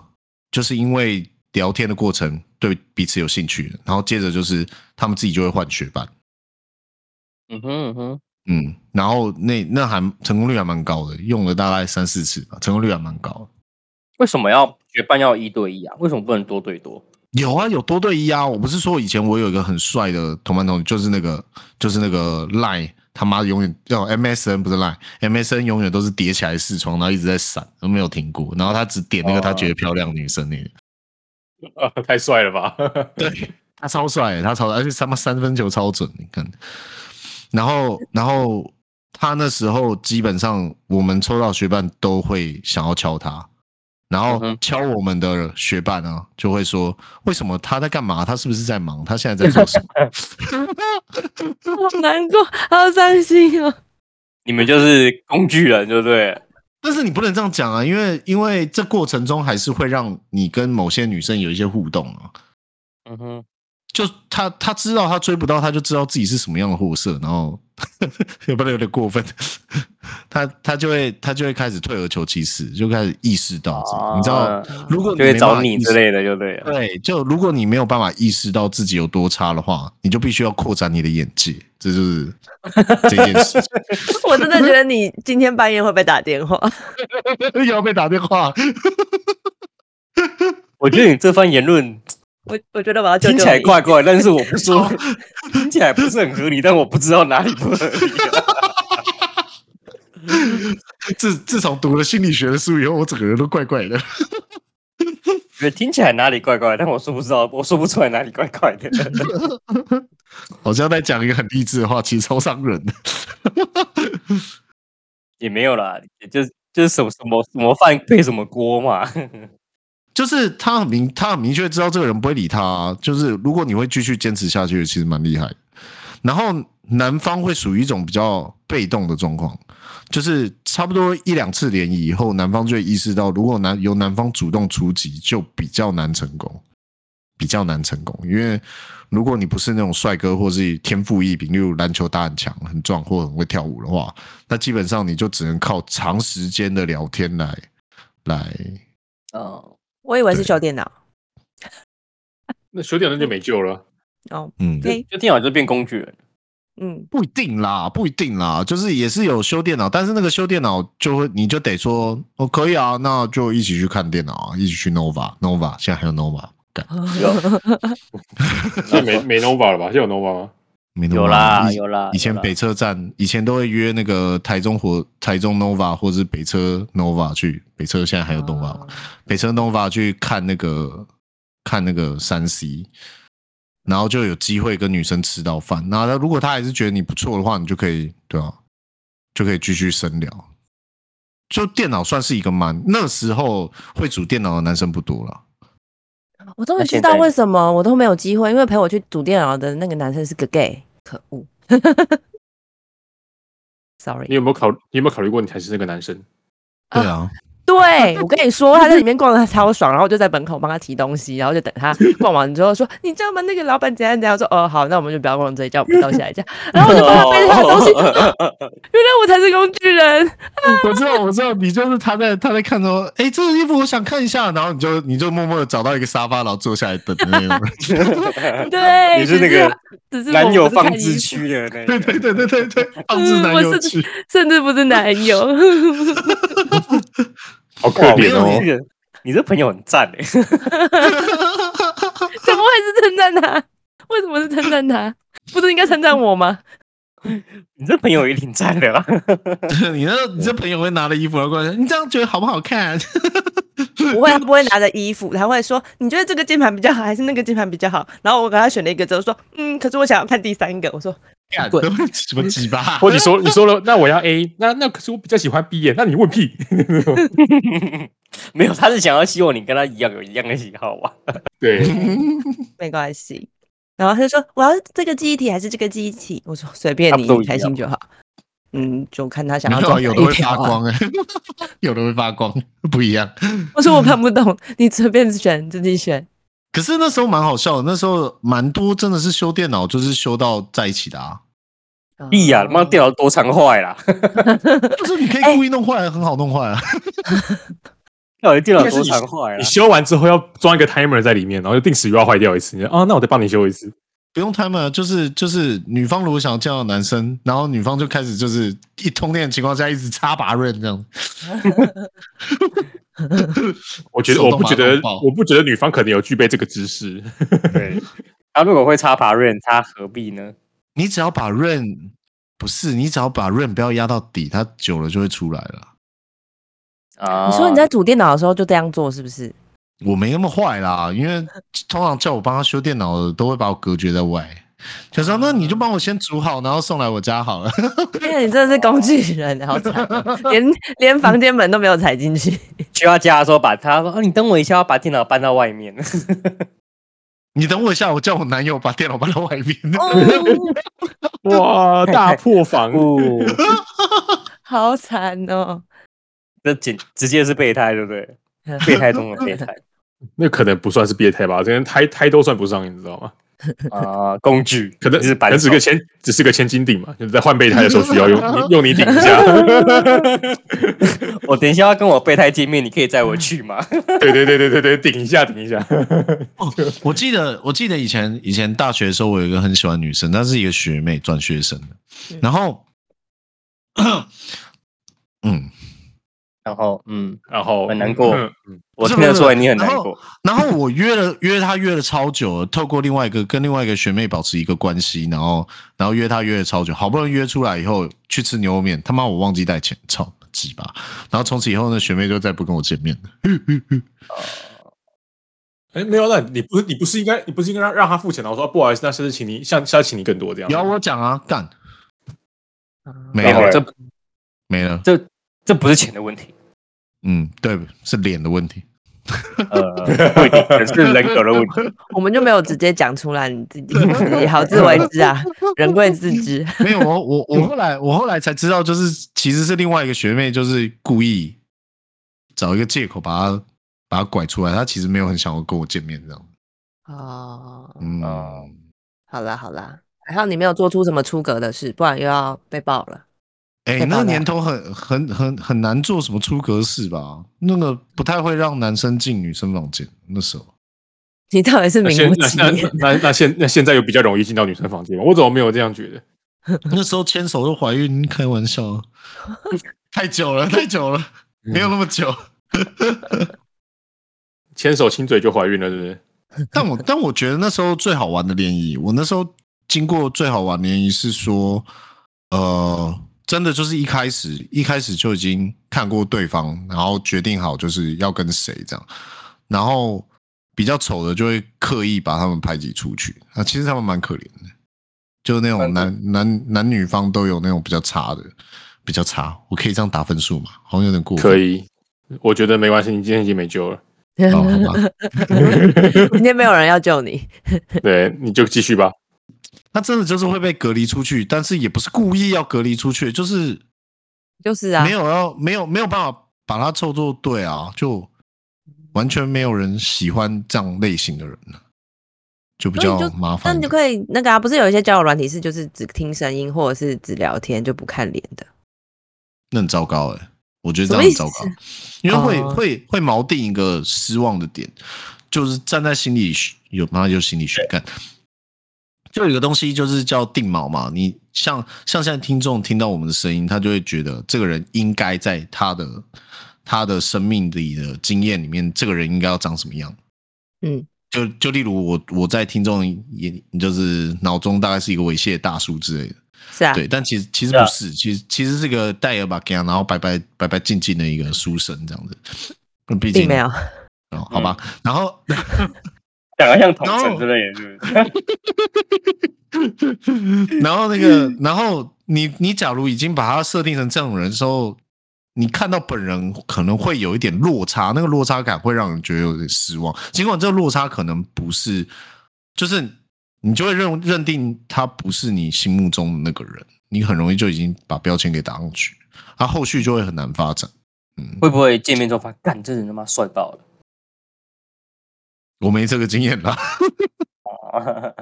[SPEAKER 4] 就是因为聊天的过程对彼此有兴趣，然后接着就是他们自己就会换学伴，
[SPEAKER 2] 嗯哼嗯哼，
[SPEAKER 4] 嗯，然后那那还成功率还蛮高的，用了大概三四次吧，成功率还蛮高的。
[SPEAKER 2] 为什么要学伴要一对一啊？为什么不能多对多？
[SPEAKER 4] 有啊，有多对一啊！我不是说以前我有一个很帅的同班同学，就是那个就是那个 Line 他妈永远哦叫 MSN 不是 Line，MSN 永远都是叠起来的视窗，然后一直在闪，都没有停过。然后他只点那个
[SPEAKER 2] 哦
[SPEAKER 4] 他觉得漂亮的女生那个，
[SPEAKER 1] 啊，太帅了吧！
[SPEAKER 4] 他超帅，他超帅，而且他妈三分球超准，你看。然后，然后他那时候基本上我们抽到学伴都会想要敲他，
[SPEAKER 2] 嗯
[SPEAKER 4] 然后
[SPEAKER 2] 哼
[SPEAKER 4] 敲我们的学伴啊，就会说为什么他在干嘛？他是不是在忙？他现在在做什么？
[SPEAKER 3] 好难过，好伤心哦。
[SPEAKER 2] 你们就是工具人，对不对？
[SPEAKER 4] 但是你不能这样讲啊，因为因为这过程中还是会让你跟某些女生有一些互动啊。
[SPEAKER 2] 嗯哼，
[SPEAKER 4] 就他他知道他追不到，他就知道自己是什么样的货色，然后 有不能有点过分，他他就会他就会开始退而求其次，就开始意识到自己，你知道，
[SPEAKER 2] 啊
[SPEAKER 4] 如果你
[SPEAKER 2] 就会
[SPEAKER 4] 没办
[SPEAKER 2] 找
[SPEAKER 4] 法
[SPEAKER 2] 你
[SPEAKER 4] 意识
[SPEAKER 2] 之类的，就对了。
[SPEAKER 4] 对，就如果你没有办法意识到自己有多差的话，你就必须要扩展你的眼界，这就是 这件事情。
[SPEAKER 3] 我真的觉得你今天半夜会被打电话。
[SPEAKER 4] 又要被打电话，
[SPEAKER 2] 我觉得你这番言论
[SPEAKER 3] 我我觉得我要救
[SPEAKER 2] 听
[SPEAKER 3] 救
[SPEAKER 2] 起来
[SPEAKER 3] 你。
[SPEAKER 2] 怪怪，但是我不 说，听起来不是很合理，但我不知道哪里不合理啊。
[SPEAKER 4] 自自从读了心理学的书以后，我整个人都怪怪的。
[SPEAKER 2] 觉得听起来哪里怪怪，但我说不知道，我说不出来哪里怪怪的。
[SPEAKER 4] 好像在讲一个很励志的话，其实超伤人的。
[SPEAKER 2] 也没有啦，也就是就是什么什么什么饭配什么锅嘛。
[SPEAKER 4] 就是他很明，他很明确知道这个人不会理他、啊。就是如果你会继续坚持下去，其实蛮厉害的。然后男方会属于一种比较被动的状况，就是差不多一两次联谊以后，男方就会意识到，如果男由男方主动出击，就比较难成功，比较难成功。因为如果你不是那种帅哥，或是天赋异禀，例如篮球打很强、很壮或很会跳舞的话，那基本上你就只能靠长时间的聊天来来
[SPEAKER 2] 哦，
[SPEAKER 3] 我以为是修电脑。
[SPEAKER 1] 那修点人就没救 了。
[SPEAKER 3] 哦
[SPEAKER 4] 嗯
[SPEAKER 3] ，OK，
[SPEAKER 2] 就电脑就变工具人。
[SPEAKER 3] 嗯，
[SPEAKER 4] 不一定啦，不一定啦，就是也是有修电脑，但是那个修电脑就会，你就得说哦，可以啊，那就一起去看电脑啊，一起去 Nova，Nova 现在还有 Nova，干
[SPEAKER 1] 现在没没 nova 了吧？现在有 nova 吗？
[SPEAKER 4] 没 Nova
[SPEAKER 2] 有啦
[SPEAKER 4] 以
[SPEAKER 2] 有啦，
[SPEAKER 4] 以前
[SPEAKER 2] 有啦
[SPEAKER 4] 北车站以前都会约那个台中火台中 Nova 或是北车 Nova 去，北车现在
[SPEAKER 2] 啊
[SPEAKER 4] 还有 Nova 吗？北车 Nova 去看那个看那个三 C，然后就有机会跟女生吃到饭。那她如果她还是觉得你不错的话，你就可以对啊，就可以继续深聊。就电脑算是一个蛮那时候会组电脑的男生不多了，
[SPEAKER 3] 哦我终于
[SPEAKER 2] 那
[SPEAKER 3] 知
[SPEAKER 2] 现
[SPEAKER 3] 道
[SPEAKER 2] 在
[SPEAKER 3] 为什么我都没有机会，因为陪我去组电脑的那个男生是个 gay，可恶。
[SPEAKER 1] 你
[SPEAKER 3] Sorry，
[SPEAKER 1] 有没有考？你有没有考虑过你才是那个男 生？
[SPEAKER 4] 对啊，
[SPEAKER 3] 对我跟你说，他在里面逛 的超爽，然后我就在门口帮他提东西，然后就等他逛完之后说：“你知道吗？那个老板怎样怎样。”我说：“哦，好，那我们就不要逛这一家，我们到下一家。” 然后我就帮他背着他的东西，原 来我才是工具 人。
[SPEAKER 4] 我知道，我知道，你就是他在他在看说，哎、这个衣服我想看一下，然后你就你就默默的找到一个沙发，然后坐下来等的那种。
[SPEAKER 3] 对，
[SPEAKER 2] 你是
[SPEAKER 3] 只
[SPEAKER 2] 那个
[SPEAKER 3] 只是
[SPEAKER 2] 男
[SPEAKER 3] 我
[SPEAKER 2] 友
[SPEAKER 3] 不是看
[SPEAKER 2] 放置
[SPEAKER 3] 衣
[SPEAKER 2] 区的那个，
[SPEAKER 4] 对对对对对对，放置男友去。
[SPEAKER 3] 甚至不是男 友。
[SPEAKER 1] 好可
[SPEAKER 2] 哇
[SPEAKER 1] 怜
[SPEAKER 2] 我
[SPEAKER 1] 哦
[SPEAKER 2] 觉得你！这个你这朋友很赞哎，
[SPEAKER 3] 怎么会是称赞他？为什么是称赞他？不是应该称赞我吗？
[SPEAKER 2] 你这朋友也挺赞的啦。
[SPEAKER 4] 你那，你这朋友会拿着衣服来过来，你这样觉得好不好看？
[SPEAKER 3] 不会，他不会拿着衣服，他会说：“你觉得这个键盘比较好，还是那个键盘比较好？”然后我给他选了一个之后说：“嗯，可是我想要看第三个。”我说
[SPEAKER 4] 干
[SPEAKER 3] 滚
[SPEAKER 4] 什么鸡巴？
[SPEAKER 1] 或你说你说了，那我要 A，那那可是我比较喜欢 B 耶，那你问屁？
[SPEAKER 2] 没有，他是想要希望你跟他一样有一样的喜好啊吧？
[SPEAKER 1] 对，：“
[SPEAKER 3] 没关系。”然后他就说：“我要这个记忆体还是这个记忆体？”我说：“随便
[SPEAKER 2] 差
[SPEAKER 3] 你
[SPEAKER 2] 不多，一样
[SPEAKER 3] 开心就好。”嗯，就看他想
[SPEAKER 4] 没
[SPEAKER 3] 要走
[SPEAKER 4] 有啊，
[SPEAKER 3] 哪
[SPEAKER 4] 有的
[SPEAKER 3] 一
[SPEAKER 4] 会
[SPEAKER 3] 条
[SPEAKER 4] 发
[SPEAKER 3] 啊。
[SPEAKER 4] 光哎、有的会发光，不一样。
[SPEAKER 3] 我
[SPEAKER 4] 嗯
[SPEAKER 3] 说我看不懂， 你随便选，自己选。
[SPEAKER 4] 可是那时候蛮好笑的，那时候蛮多真的是修电脑，就是修到在一起的啊。
[SPEAKER 3] 嗯
[SPEAKER 2] 屁呀，他妈电脑多常坏啦！
[SPEAKER 4] 就是你可以故意弄坏，很好弄坏啊。
[SPEAKER 2] 到底电脑
[SPEAKER 1] 应该是
[SPEAKER 2] 多
[SPEAKER 1] 你
[SPEAKER 2] 常坏
[SPEAKER 1] 你
[SPEAKER 2] 啦？
[SPEAKER 1] 修完之后要装一个 timer 在里面，然后就定时又要坏掉一次。你就啊，那我再帮你修一次。
[SPEAKER 4] 不用 timer，就是就是女方如果想要见到男生，然后女方就开始就是一通电的情况下一直插拔刃这样。
[SPEAKER 1] 我觉得
[SPEAKER 4] 手
[SPEAKER 1] 我
[SPEAKER 4] 动
[SPEAKER 1] 不觉得
[SPEAKER 4] 把它弄爆
[SPEAKER 1] 我不觉得女方可能有具备这个知 识。
[SPEAKER 2] 对， 他如果会插爬 rain，他何必呢？
[SPEAKER 4] 你只要把刃不是，你只要把刃不要压到底，它久了就会出来了。
[SPEAKER 2] 啊，
[SPEAKER 3] 你说你在组电脑的时候就这样做是不是？
[SPEAKER 4] 我没那么坏啦，因为通常叫我帮他修电脑的都会把我隔绝在外，就说那你就帮我先煮好，然后送来我家好了。
[SPEAKER 3] 天啊，你真的是工具人，好惨哦， 连连房间门都没有踩进去。
[SPEAKER 2] 去他家的时候，把他说：“哦，你等我一下，要把电脑搬到外面。
[SPEAKER 4] 你等我一下，我叫我男友把电脑搬到外面。
[SPEAKER 3] 哦，
[SPEAKER 1] 哇，大破”防！
[SPEAKER 2] 哦，
[SPEAKER 3] 好惨哦。
[SPEAKER 2] 这简直接是备胎，对不 对？备胎中的备胎
[SPEAKER 1] 那可能不算是变态吧，这连胎胎都算不上，你知道吗？
[SPEAKER 2] 啊、工具
[SPEAKER 1] 可能
[SPEAKER 2] 就是
[SPEAKER 1] 可
[SPEAKER 2] 白
[SPEAKER 1] 能只是个千，只是个千斤顶嘛，就是在换备胎的时候需要 用你用你顶一下。
[SPEAKER 2] 我等一下要跟我备胎见面，你可以载我去 吗？
[SPEAKER 1] 对对对对对对，顶一下顶一下。
[SPEAKER 4] 哦， 我记得，我记得以前以前大学的时候，我有一个很喜欢的女生，她是一个学妹转学生的，然后， 嗯，
[SPEAKER 2] 然后，嗯，
[SPEAKER 1] 然后
[SPEAKER 2] 很难过
[SPEAKER 1] 嗯
[SPEAKER 2] 我
[SPEAKER 4] 不是
[SPEAKER 2] 听得出来
[SPEAKER 4] 不是
[SPEAKER 2] 你很难
[SPEAKER 4] 然后
[SPEAKER 2] 过。
[SPEAKER 4] 然后我约了约她约了超久了，透过另外一个跟另外一个学妹保持一个关系，然后然后约她约了超久，好不容易约出来以后去吃牛肉面，他妈我忘记带钱，操鸡巴！然后从此以后呢，学妹就再不跟我见面了。
[SPEAKER 1] 哎，没有，那你不是你不是应该你不是应该让让他付钱的？我说、啊不好意思，那下次请你下下次请你更多这样。
[SPEAKER 4] 有啊我讲啊，干没
[SPEAKER 2] 没
[SPEAKER 4] 了
[SPEAKER 2] 有，
[SPEAKER 1] 有
[SPEAKER 2] 这
[SPEAKER 4] 没了，
[SPEAKER 2] 这这不是钱的问题，
[SPEAKER 4] 嗯，对，是脸的问题。
[SPEAKER 2] 呃，不一定，可能是人格的问题。
[SPEAKER 3] 我们就没有直接讲出来，你自己自己好自为之啊，人贵自知。
[SPEAKER 4] 没有，我 我我后来我后来才知道，就是其实是另外一个学妹，就是故意找一个借口把她把她拐出来，她其实没有很想要跟我见面这样。
[SPEAKER 3] 哦，
[SPEAKER 4] 嗯，
[SPEAKER 2] 哦
[SPEAKER 3] 好啦好啦，还好你没有做出什么出格的事，不然又要被爆了。
[SPEAKER 4] 哎、
[SPEAKER 3] 太棒
[SPEAKER 4] 那
[SPEAKER 3] 了
[SPEAKER 4] 年头很很很很难做什么出格事吧？那个不太会让男生进女生房间，那时候
[SPEAKER 3] 你到底是
[SPEAKER 1] 那
[SPEAKER 3] 名
[SPEAKER 1] 现
[SPEAKER 3] 不
[SPEAKER 1] 那
[SPEAKER 3] 其
[SPEAKER 1] 那
[SPEAKER 3] 言，
[SPEAKER 1] 那那现那现在有比较容易进到女生房间吗？我怎么没有这样觉得？
[SPEAKER 4] 那时候牵手都怀孕，开玩笑，啊 嗯太久了，太久了，没有那么久。
[SPEAKER 1] 牵手亲嘴就怀孕了，是不是？
[SPEAKER 4] 但 我但我觉得那时候最好玩的联谊，我那时候经过最好玩的联谊是说，呃，真的就是一开始一开始就已经看过对方，然后决定好就是要跟谁这样，然后比较丑的就会刻意把他们排挤出去啊，其实他们蛮可怜的，就是那种男男男女方都有那种比较差的，比较差，我可以这样打分数吗？好像有点过分，
[SPEAKER 1] 可以，我觉得没关系，你今天已经没救了。
[SPEAKER 4] 哦， 好吧。
[SPEAKER 3] 今天没有人要救你。
[SPEAKER 1] 对，你就继续吧。
[SPEAKER 4] 他真的就是会被隔离出去，但是也不是故意要隔离出去，就是
[SPEAKER 3] 就是啊
[SPEAKER 4] 没，有要没有没有办法把他凑作对啊，就完全没有人喜欢这样类型的人了，就比
[SPEAKER 3] 所以
[SPEAKER 4] 较
[SPEAKER 3] 你就
[SPEAKER 4] 麻
[SPEAKER 3] 那
[SPEAKER 4] 烦
[SPEAKER 3] 你
[SPEAKER 4] 一
[SPEAKER 3] 就
[SPEAKER 4] 点。
[SPEAKER 3] 可以那个啊，不是有一些交友软体是就是只听声音或者是只聊天就不看脸的，
[SPEAKER 4] 那很糟糕哎、我觉得
[SPEAKER 3] 什
[SPEAKER 4] 这
[SPEAKER 3] 么
[SPEAKER 4] 样很糟糕
[SPEAKER 3] 意，
[SPEAKER 4] 因为会、
[SPEAKER 3] 哦
[SPEAKER 4] 会会锚定一个失望的点，就是站在心理学有妈就心理学干，就有一个东西就是叫定锚嘛。你像像现在听众听到我们的声音，他就会觉得这个人应该在他的他的生命里的经验里面，这个人应该要长什么样。
[SPEAKER 3] 嗯，
[SPEAKER 4] 就就例如我我在听众眼就是脑中大概是一个猥亵大叔之类的。
[SPEAKER 3] 是啊，
[SPEAKER 4] 对，但其实其实
[SPEAKER 2] 是啊
[SPEAKER 4] 不是，其实其实是个戴尔巴干，然后白白白白净净的一个书生这样子。嗯毕竟
[SPEAKER 3] 并没有，嗯
[SPEAKER 4] 哦，好吧。 然后
[SPEAKER 2] 讲得像同城之类的，是不是？
[SPEAKER 4] 然后那 个，然后你你假如已经把他设定成这种人的时候，你看到本人可能会有一点落差，那个落差感会让人觉得有点失望。尽管这个落差可能不是，就是你就会认认定他不是你心目中的那个人，你很容易就已经把标签给打上去，他后续就会很难发展。嗯，
[SPEAKER 2] 会不会见面之后发现，干这人他妈帅爆了？
[SPEAKER 4] 我没这个经验啦。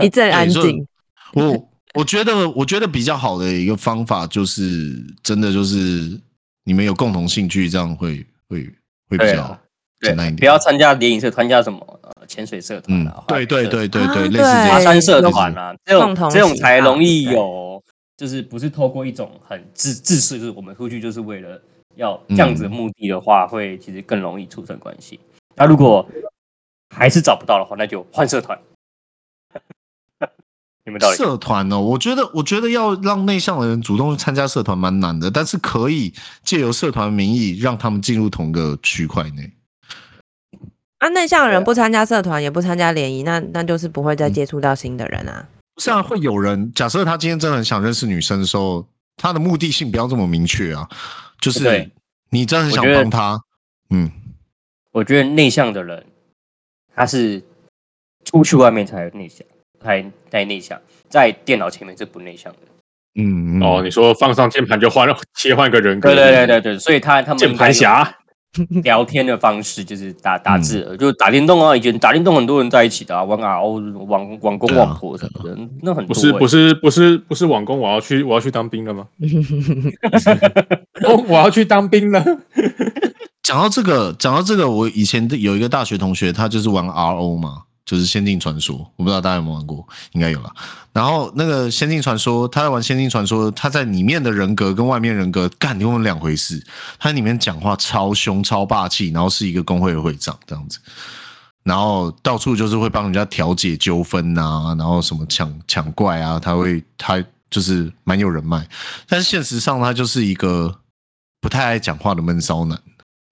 [SPEAKER 3] 一阵
[SPEAKER 4] 对
[SPEAKER 3] 安
[SPEAKER 4] 所以
[SPEAKER 3] 静。
[SPEAKER 4] 我我觉得，我觉得比较好的一个方法就是，真的就是你们有共同兴趣，这样会会会比
[SPEAKER 2] 对
[SPEAKER 4] 较
[SPEAKER 2] 啊
[SPEAKER 4] 简单一点。
[SPEAKER 2] 不要参加联谊社，参加什么呃潜水社团
[SPEAKER 4] 嗯
[SPEAKER 2] 啊？，
[SPEAKER 4] 对对
[SPEAKER 2] 滑雪社团啊
[SPEAKER 4] 对对
[SPEAKER 3] 啊
[SPEAKER 4] 对，类
[SPEAKER 3] 对
[SPEAKER 4] 似这
[SPEAKER 2] 爬
[SPEAKER 4] 样。
[SPEAKER 2] 山社团啊，这
[SPEAKER 3] 共
[SPEAKER 2] 种
[SPEAKER 3] 同
[SPEAKER 2] 这种
[SPEAKER 3] 喜好
[SPEAKER 2] 才容易
[SPEAKER 3] 对
[SPEAKER 2] 有，就是不是透过一种很自自私，就是我们出去就是为了要这样子的目的的话，会其实更容易促成关系。那如果还是找不到的话，那就换社团。 有没有道理？
[SPEAKER 4] 社团哦，我觉得，我觉得要让内向的人主动去参加社团蛮难的，但是可以借由社团名义让他们进入同个区块内。
[SPEAKER 3] 啊，内向的人不参加社团，也不参加联谊，那那就是不会
[SPEAKER 4] 嗯
[SPEAKER 3] 再接触到新的人啊。
[SPEAKER 4] 不是啊，会有人假设他今天真的很想认识女生的时候，他的目的性不要这么明确啊，就
[SPEAKER 2] 对
[SPEAKER 4] 是你真的很想
[SPEAKER 2] 我觉得
[SPEAKER 4] 帮他，嗯，
[SPEAKER 2] 我觉得内向的人，他是出去外面才内向，才才内向，在电脑前面是不内向的。
[SPEAKER 4] 嗯，嗯
[SPEAKER 1] 哦，，你说放上键盘就换切换个人格，
[SPEAKER 2] 对对对对对，所以他他们
[SPEAKER 1] 键盘侠， 嗯
[SPEAKER 2] 聊天的方式就是打打字，就打电动啊。以前打电动很多人在一起的啊，玩 RO、玩玩公
[SPEAKER 4] 对啊
[SPEAKER 2] 网婆什么的，那很
[SPEAKER 1] 不
[SPEAKER 2] 多、
[SPEAKER 1] 是
[SPEAKER 2] 欸。
[SPEAKER 1] 不是不是不是网工，我要去我要去当兵了 吗？哦，我要去当兵了，
[SPEAKER 4] 讲到这个，讲到这个，我以前的有一个大学同学，他就是玩 RO 嘛，就是《仙境传说》，我不知道大家有没有玩过，应该有了。然后那个《仙境传说》，他在玩《仙境传说》，他在里面的人格跟外面人格干根本两回事。他在里面讲话超凶、超霸气，然后是一个工会的会长这样子，然后到处就是会帮人家调解纠纷啊，然后什么抢抢怪啊，他会他就是蛮有人脉，但是现实上他就是一个不太爱讲话的闷骚男。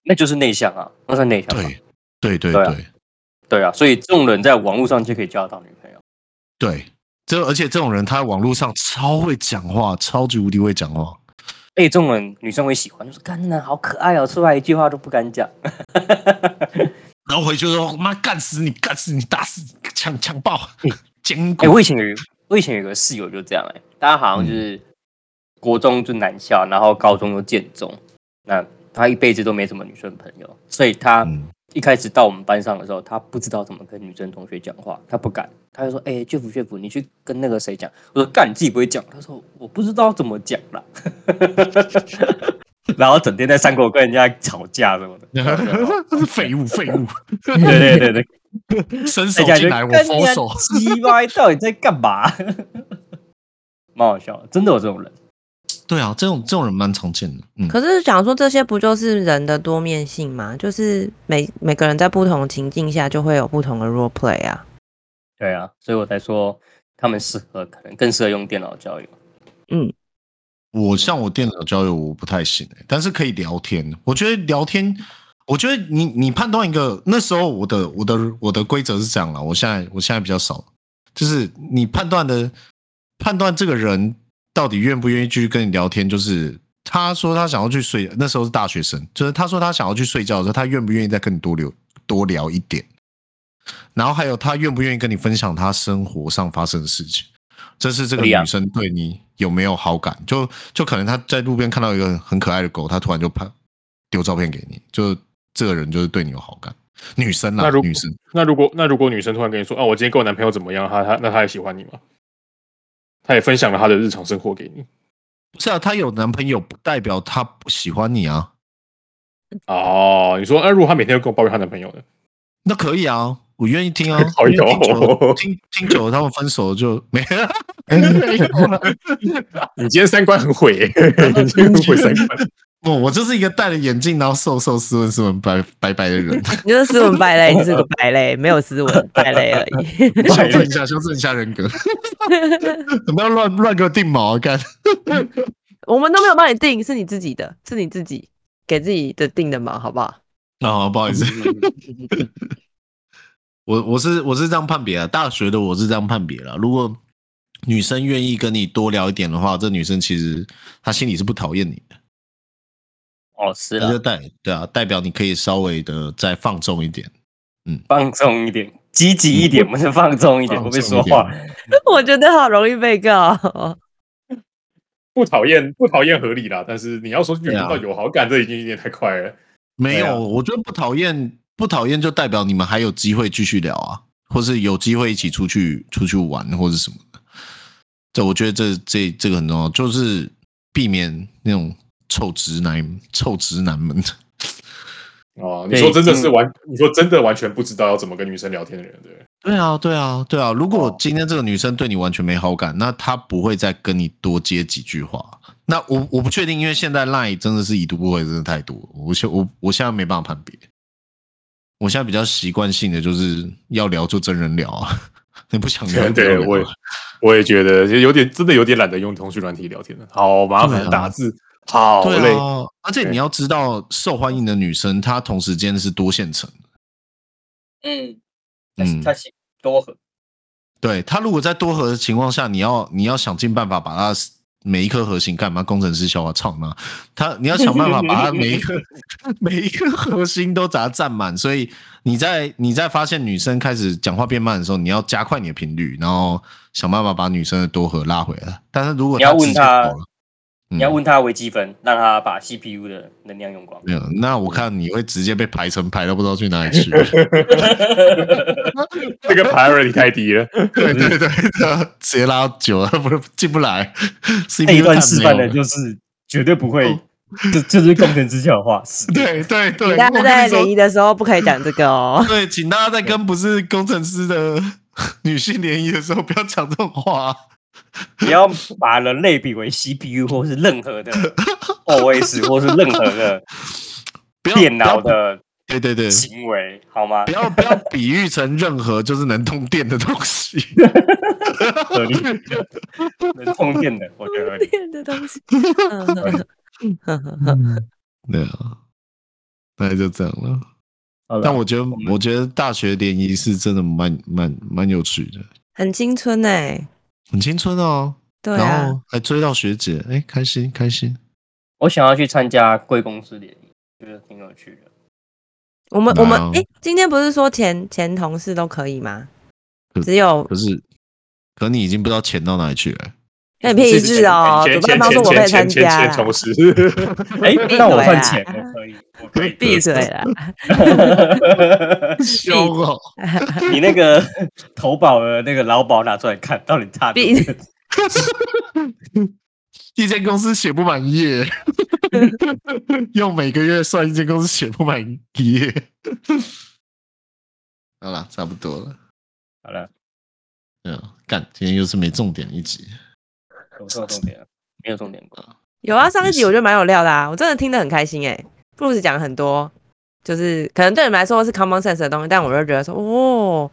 [SPEAKER 2] 那就是内向啊，那算内向、啊。
[SPEAKER 4] 对，对对
[SPEAKER 2] 对啊
[SPEAKER 4] 对
[SPEAKER 2] 对啊，所以这种人在网络上就可以交得到女朋友。
[SPEAKER 4] 对，这而且这种人他在网络上超会讲话，超级无敌会讲话。
[SPEAKER 2] 哎、这种人女生会喜欢，就说：“干，这男好可爱哦，出来一句话都不敢讲。
[SPEAKER 4] 然后回去说：“妈，干死你，干死你，打死你，强强暴，坚
[SPEAKER 2] 哎、
[SPEAKER 4] 果。
[SPEAKER 2] 我以前有一个，我以前有个室友就这样哎、大家好像就是国中就男校，然后高中就建中，那他一辈子都没什么女生朋友，所以他
[SPEAKER 4] 嗯
[SPEAKER 2] 一开始到我们班上的时候，他不知道怎么跟女生同学讲话，他不敢，他就说：“哎、卷福卷福，你去跟那个谁讲。”我说：“干，你自己不会讲。”他说：“我不知道怎么讲啦。” 然后整天在上课跟人家吵架什么的，
[SPEAKER 4] 废物，废物，
[SPEAKER 2] 对对哎对对，
[SPEAKER 4] 伸
[SPEAKER 2] 大
[SPEAKER 4] 手
[SPEAKER 2] 家
[SPEAKER 4] 进来，我
[SPEAKER 2] 封
[SPEAKER 4] 佛手。
[SPEAKER 2] 鸡歪，到底在干嘛？ 蛮好笑的，真的有这种人。
[SPEAKER 4] 对啊，这种这种人蛮常见的。嗯，
[SPEAKER 3] 可是想说这些不就是人的多面性吗？就是每每个人在不同情境下就会有不同的 role play 啊。
[SPEAKER 2] 对啊，所以我才说他们适合，可能更适合用电脑交友。
[SPEAKER 4] 我像我电脑交友我不太行、欸，但是可以聊天。我觉得聊天，我觉得你你判断一个那时候我的我的我的规则是这样了，我现在我现在比较少，就是你判断的判断这个人到底愿不愿意继续跟你聊天，就是他说他想要去睡，那时候是大学生，就是他说他想要去睡觉的时候，他愿不愿意再跟你多聊多聊一点，然后还有他愿不愿意跟你分享他生活上发生的事情。这是这个
[SPEAKER 2] 不一样
[SPEAKER 4] 女生对你有没有好感？就就可能她在路边看到一个很可爱的狗，她突然就拍丢照片给你，就这个人就是对你有好感。女生啦
[SPEAKER 1] 那如，
[SPEAKER 4] 女生
[SPEAKER 1] 那如果那如果女生突然跟你说啊，我今天跟我男朋友怎么样，他他那他也喜欢你吗？他也分享了他的日常生活给你
[SPEAKER 4] 不是啊，她有男朋友不代表她不喜欢你啊，
[SPEAKER 1] 哦。你说，那、如果她每天都跟我抱怨她男朋友呢？那
[SPEAKER 4] 那可以啊，我愿意听 啊。
[SPEAKER 1] 好
[SPEAKER 4] 因为听久
[SPEAKER 1] 有
[SPEAKER 4] 了听听久了他们分手就 没没有了。
[SPEAKER 1] 你今天三观很毁、 欸，你今天很毁三观。
[SPEAKER 4] 我我就是一个戴了眼镜，然后瘦瘦斯文斯文白白白的 人。
[SPEAKER 3] 你就是斯文败类，你是个败类，没有斯文败类而已。
[SPEAKER 4] 修正一下，修正一下人格。 不要乱乱给我定毛啊！干，
[SPEAKER 3] 我们都没有帮你定，是你自己的，是你自己给自己的定的毛，好不好？
[SPEAKER 4] 哦，不好意思，我我是我是这样判别啊，大学的我是这样判别了。如果女生愿意跟你多聊一点的话，这女生其实她心里是不讨厌你的，
[SPEAKER 2] 哦，是
[SPEAKER 4] 那就
[SPEAKER 2] 啊，
[SPEAKER 4] 代对啊，代表你可以稍微的再放纵一点，
[SPEAKER 2] 放松一点，积极一点，不是嗯放纵一点，会
[SPEAKER 4] 放
[SPEAKER 2] 不会
[SPEAKER 4] 纵
[SPEAKER 2] 说
[SPEAKER 4] 一点
[SPEAKER 2] 话？
[SPEAKER 3] 我觉得好容易被告。哦
[SPEAKER 1] 不讨厌，不讨厌合理啦，但是你要说远
[SPEAKER 4] 对啊
[SPEAKER 1] 到有好感，这已经有点太快了。
[SPEAKER 4] 没有，
[SPEAKER 1] 对啊
[SPEAKER 4] 我觉得不讨厌，不讨厌就代表你们还有机会继续聊啊，或是有机会一起出去出去玩或者什么的。这我觉得这这这个很重要，就是避免那种臭直男臭直男们。
[SPEAKER 1] 哦，你
[SPEAKER 2] 对
[SPEAKER 1] 说真的是
[SPEAKER 2] 嗯
[SPEAKER 1] 完，你说真的完全不知道要怎么跟女生聊天的人，对不对？
[SPEAKER 4] 对啊，对啊，对啊。如果
[SPEAKER 1] 哦
[SPEAKER 4] 今天这个女生对你完全没好感，那她不会再跟你多接几句话。那我我不确定，因为现在 Line 真的是已读不回，真的太多了。我现我我现在没办法判别。我现在比较习惯性的就是要聊就真人聊啊， 你不想聊就不要
[SPEAKER 1] 对，
[SPEAKER 4] 聊啊
[SPEAKER 1] 我也我也觉得有点真的有点懒得用通讯软体聊天了，好麻
[SPEAKER 4] 对
[SPEAKER 1] 烦，
[SPEAKER 4] 啊
[SPEAKER 1] 打字好
[SPEAKER 4] 对
[SPEAKER 1] 累。
[SPEAKER 4] 啊，而且你要知道，受欢迎的女生她同时间是多线程的，
[SPEAKER 2] 嗯，
[SPEAKER 4] 嗯
[SPEAKER 2] 它是多核，
[SPEAKER 4] 对它如果在多核的情况下，你要你要想尽办法把它每一颗核心干嘛？工程师小我操你妈！他你要想办法把它每一颗每一颗核心都把它占满。所以你在你在发现女生开始讲话变慢的时候，你要加快你的频率，然后想办法把女生的多核拉回来。但是如果
[SPEAKER 2] 你要问
[SPEAKER 4] 直接
[SPEAKER 2] 她
[SPEAKER 4] 跑了，
[SPEAKER 2] 你要
[SPEAKER 4] 嗯
[SPEAKER 2] 问它微积分，让它把 CPU 的能量用光。
[SPEAKER 4] 没有，那我看你会直接被排成排到不知道去哪里去。
[SPEAKER 1] 这个 priority 太低了。
[SPEAKER 4] 对对对，直接拉到九了，不是进不来。
[SPEAKER 2] 那
[SPEAKER 4] CPU
[SPEAKER 2] 一段
[SPEAKER 4] 太
[SPEAKER 2] 示
[SPEAKER 4] 没
[SPEAKER 2] 范
[SPEAKER 4] 有
[SPEAKER 2] 的
[SPEAKER 4] 了
[SPEAKER 2] 就是绝对不会， 这这是工程之下的话，是
[SPEAKER 4] 对对对，
[SPEAKER 3] 大家
[SPEAKER 4] 我跟
[SPEAKER 3] 在
[SPEAKER 4] 你说。
[SPEAKER 3] 联谊的时候不可以讲这个哦
[SPEAKER 4] 对，请大家在跟不是工程师的女性联谊的时候，不要讲这种话啊。
[SPEAKER 2] 不要把人类比为 CPU 或是任何的 OS 或是任何的
[SPEAKER 4] 不要
[SPEAKER 2] 电脑
[SPEAKER 4] 不要
[SPEAKER 2] 的
[SPEAKER 4] 对 对对，
[SPEAKER 2] 行为，好吗
[SPEAKER 4] 不？要不要比喻成任何就是能通电的东西。
[SPEAKER 2] 合理，能通电的，我觉得合 理。
[SPEAKER 3] 电的东 西，嗯
[SPEAKER 4] 对啊，那就这样了。
[SPEAKER 2] 好了
[SPEAKER 4] 但我觉得
[SPEAKER 2] 们，
[SPEAKER 4] 我觉得大学联谊是真的蛮蛮蛮有趣的，
[SPEAKER 3] 很青春哎、
[SPEAKER 4] 很青春哦。
[SPEAKER 3] 对
[SPEAKER 4] 然
[SPEAKER 3] 啊，
[SPEAKER 4] 后还追到学姐，哎，开心开心。
[SPEAKER 2] 我想要去参加贵公司联谊，觉得挺有趣的。
[SPEAKER 3] 我们我们
[SPEAKER 4] 哪有
[SPEAKER 3] 哎、今天不是说前前同事都可以吗
[SPEAKER 1] 嗯
[SPEAKER 4] 可？
[SPEAKER 3] 只有
[SPEAKER 4] 可是，可你已经不知道钱到哪里去了。
[SPEAKER 3] 很屁事哦，
[SPEAKER 1] 前
[SPEAKER 3] 主
[SPEAKER 1] 前
[SPEAKER 3] 办方说
[SPEAKER 1] 前前
[SPEAKER 3] 我被参
[SPEAKER 1] 前前
[SPEAKER 3] 加啊
[SPEAKER 1] 前
[SPEAKER 3] 啦
[SPEAKER 1] 同，事，
[SPEAKER 2] 哎
[SPEAKER 3] 闭，
[SPEAKER 2] 那我
[SPEAKER 3] 嘴
[SPEAKER 2] 算
[SPEAKER 3] 啦
[SPEAKER 2] 钱，我可以，我可以。
[SPEAKER 3] 闭 嘴啦！
[SPEAKER 4] 凶哦！
[SPEAKER 2] 你那个投保的那个劳保拿出来看，到底差多
[SPEAKER 3] 闭
[SPEAKER 2] 少？
[SPEAKER 4] 一间公司写不满 页，用每个月算一间公司写不满页。好了，差不多了。
[SPEAKER 2] 好了，
[SPEAKER 4] 嗯，干，今天又是没重点一集。
[SPEAKER 2] 有说重点了，没有重点过。
[SPEAKER 3] 有啊，上一
[SPEAKER 4] 也
[SPEAKER 3] 集
[SPEAKER 4] 是
[SPEAKER 3] 我觉得蛮有料的啊，我真的听得很开心哎、欸。布鲁斯讲了很多，就是可能对你们来说是 common sense 的东西，但我就觉得说，哦，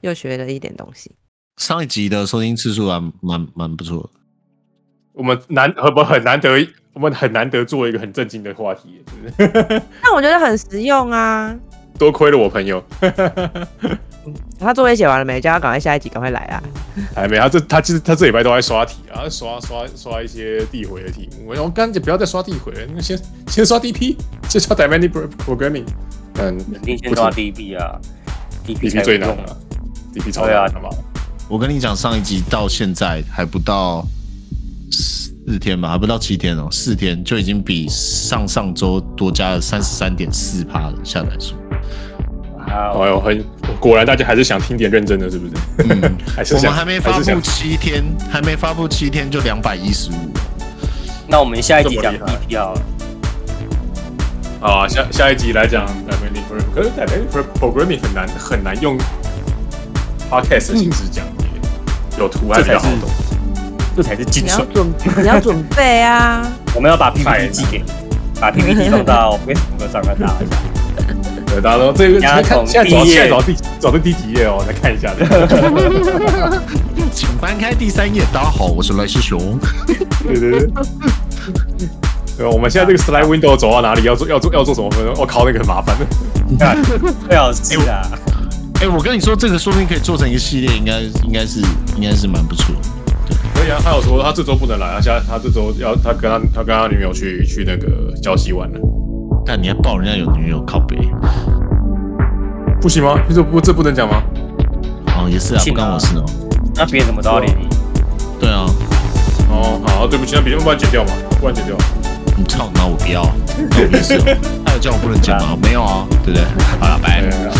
[SPEAKER 3] 又学了一点东西。
[SPEAKER 4] 上一集的收听次数还蛮蛮不错的，
[SPEAKER 1] 我们难我们很难得，我们很难得做一个很正经的话题，就是
[SPEAKER 3] 但我觉得很实用啊。
[SPEAKER 1] 多亏了我朋友，
[SPEAKER 3] 他作业写完了没？叫他赶快下一集，赶快来啊！
[SPEAKER 1] 还没他这他其实他这礼拜都在刷题啊，刷刷刷一些地回的题目。我我刚才不要再刷地回了，你们先先刷 DP，先刷 d i m e n d programming，嗯
[SPEAKER 2] 肯定先抓 DB 啊，DB 才
[SPEAKER 1] ，DP
[SPEAKER 2] 有
[SPEAKER 1] 最难
[SPEAKER 2] 用
[SPEAKER 1] 了
[SPEAKER 2] 啊。
[SPEAKER 1] ，DP 超
[SPEAKER 2] 对啊
[SPEAKER 1] 难的嘛。
[SPEAKER 4] 我跟你讲，上一集到现在还不到四天吧，还不到七天哦，四天就已经比上上周多加了三十三点四帕的下载数。
[SPEAKER 2] 好，
[SPEAKER 1] 哎呦，很果然大家还是想听点认真的，是不是？
[SPEAKER 4] 嗯，
[SPEAKER 1] 还是
[SPEAKER 4] 我
[SPEAKER 1] 想
[SPEAKER 4] 们还没发
[SPEAKER 1] 还是
[SPEAKER 4] 布
[SPEAKER 1] 想
[SPEAKER 4] 七天，还没发布七天就两百一十五。
[SPEAKER 2] 那我们下一集讲啊
[SPEAKER 1] 这么厉害
[SPEAKER 2] DP 好了。
[SPEAKER 1] 好啊，下下一集来讲 dynamic program，可是 dynamic programming 很难很难用 podcast 的形式讲解，有图案比较好懂。
[SPEAKER 2] 这才是精
[SPEAKER 3] 你要
[SPEAKER 2] 髓。
[SPEAKER 3] 准，你要准备啊！
[SPEAKER 2] 我们要把
[SPEAKER 1] 太
[SPEAKER 2] PPT
[SPEAKER 1] 难
[SPEAKER 2] 寄给你，把 PPT 放到 Facebook 上面打一下。
[SPEAKER 1] 对，大家都这个
[SPEAKER 2] 你要
[SPEAKER 1] 看
[SPEAKER 2] 从
[SPEAKER 1] 现在找
[SPEAKER 2] 第一页
[SPEAKER 1] 现在找第找到第几页哦，来看一下。
[SPEAKER 4] 请翻开第三页。大家好，我是赖世雄。
[SPEAKER 1] 对对对。对，我们现在这个 slide window 走到哪里？要做要做要做什么分？我靠，那个很麻烦的。
[SPEAKER 2] 最好是啊，
[SPEAKER 4] 哎、我跟你说，这个说不定可以做成一个系列，应该应该是应该是蛮不错的。
[SPEAKER 1] 可以啊，他有说他这周不能来啊，现在他这周要他跟他他跟他女友去去那个礁溪玩啊了，
[SPEAKER 4] 但你还抱人家有女友靠背，
[SPEAKER 1] 不行吗？这不这不能讲吗？
[SPEAKER 4] 哦，也是啊，
[SPEAKER 2] 信
[SPEAKER 4] 不
[SPEAKER 2] 啊
[SPEAKER 4] 关我事哦。
[SPEAKER 2] 那别人怎么知道联谊？
[SPEAKER 4] 对啊，
[SPEAKER 1] 哦，好，对不起，那别人不然剪掉嘛，不然剪掉。
[SPEAKER 4] 你操，那我不 要，那我没事 哦。他有叫我不能讲吗？没有啊，对不对？好了，拜
[SPEAKER 1] 对啊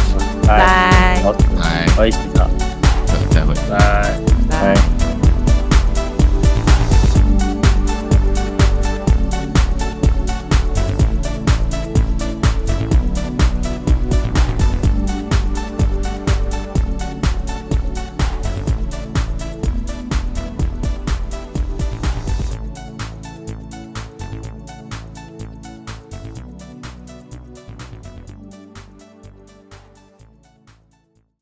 [SPEAKER 3] 拜。
[SPEAKER 2] 哎好，
[SPEAKER 4] 拜，
[SPEAKER 2] 我一起啊。
[SPEAKER 4] 再会。
[SPEAKER 1] 拜。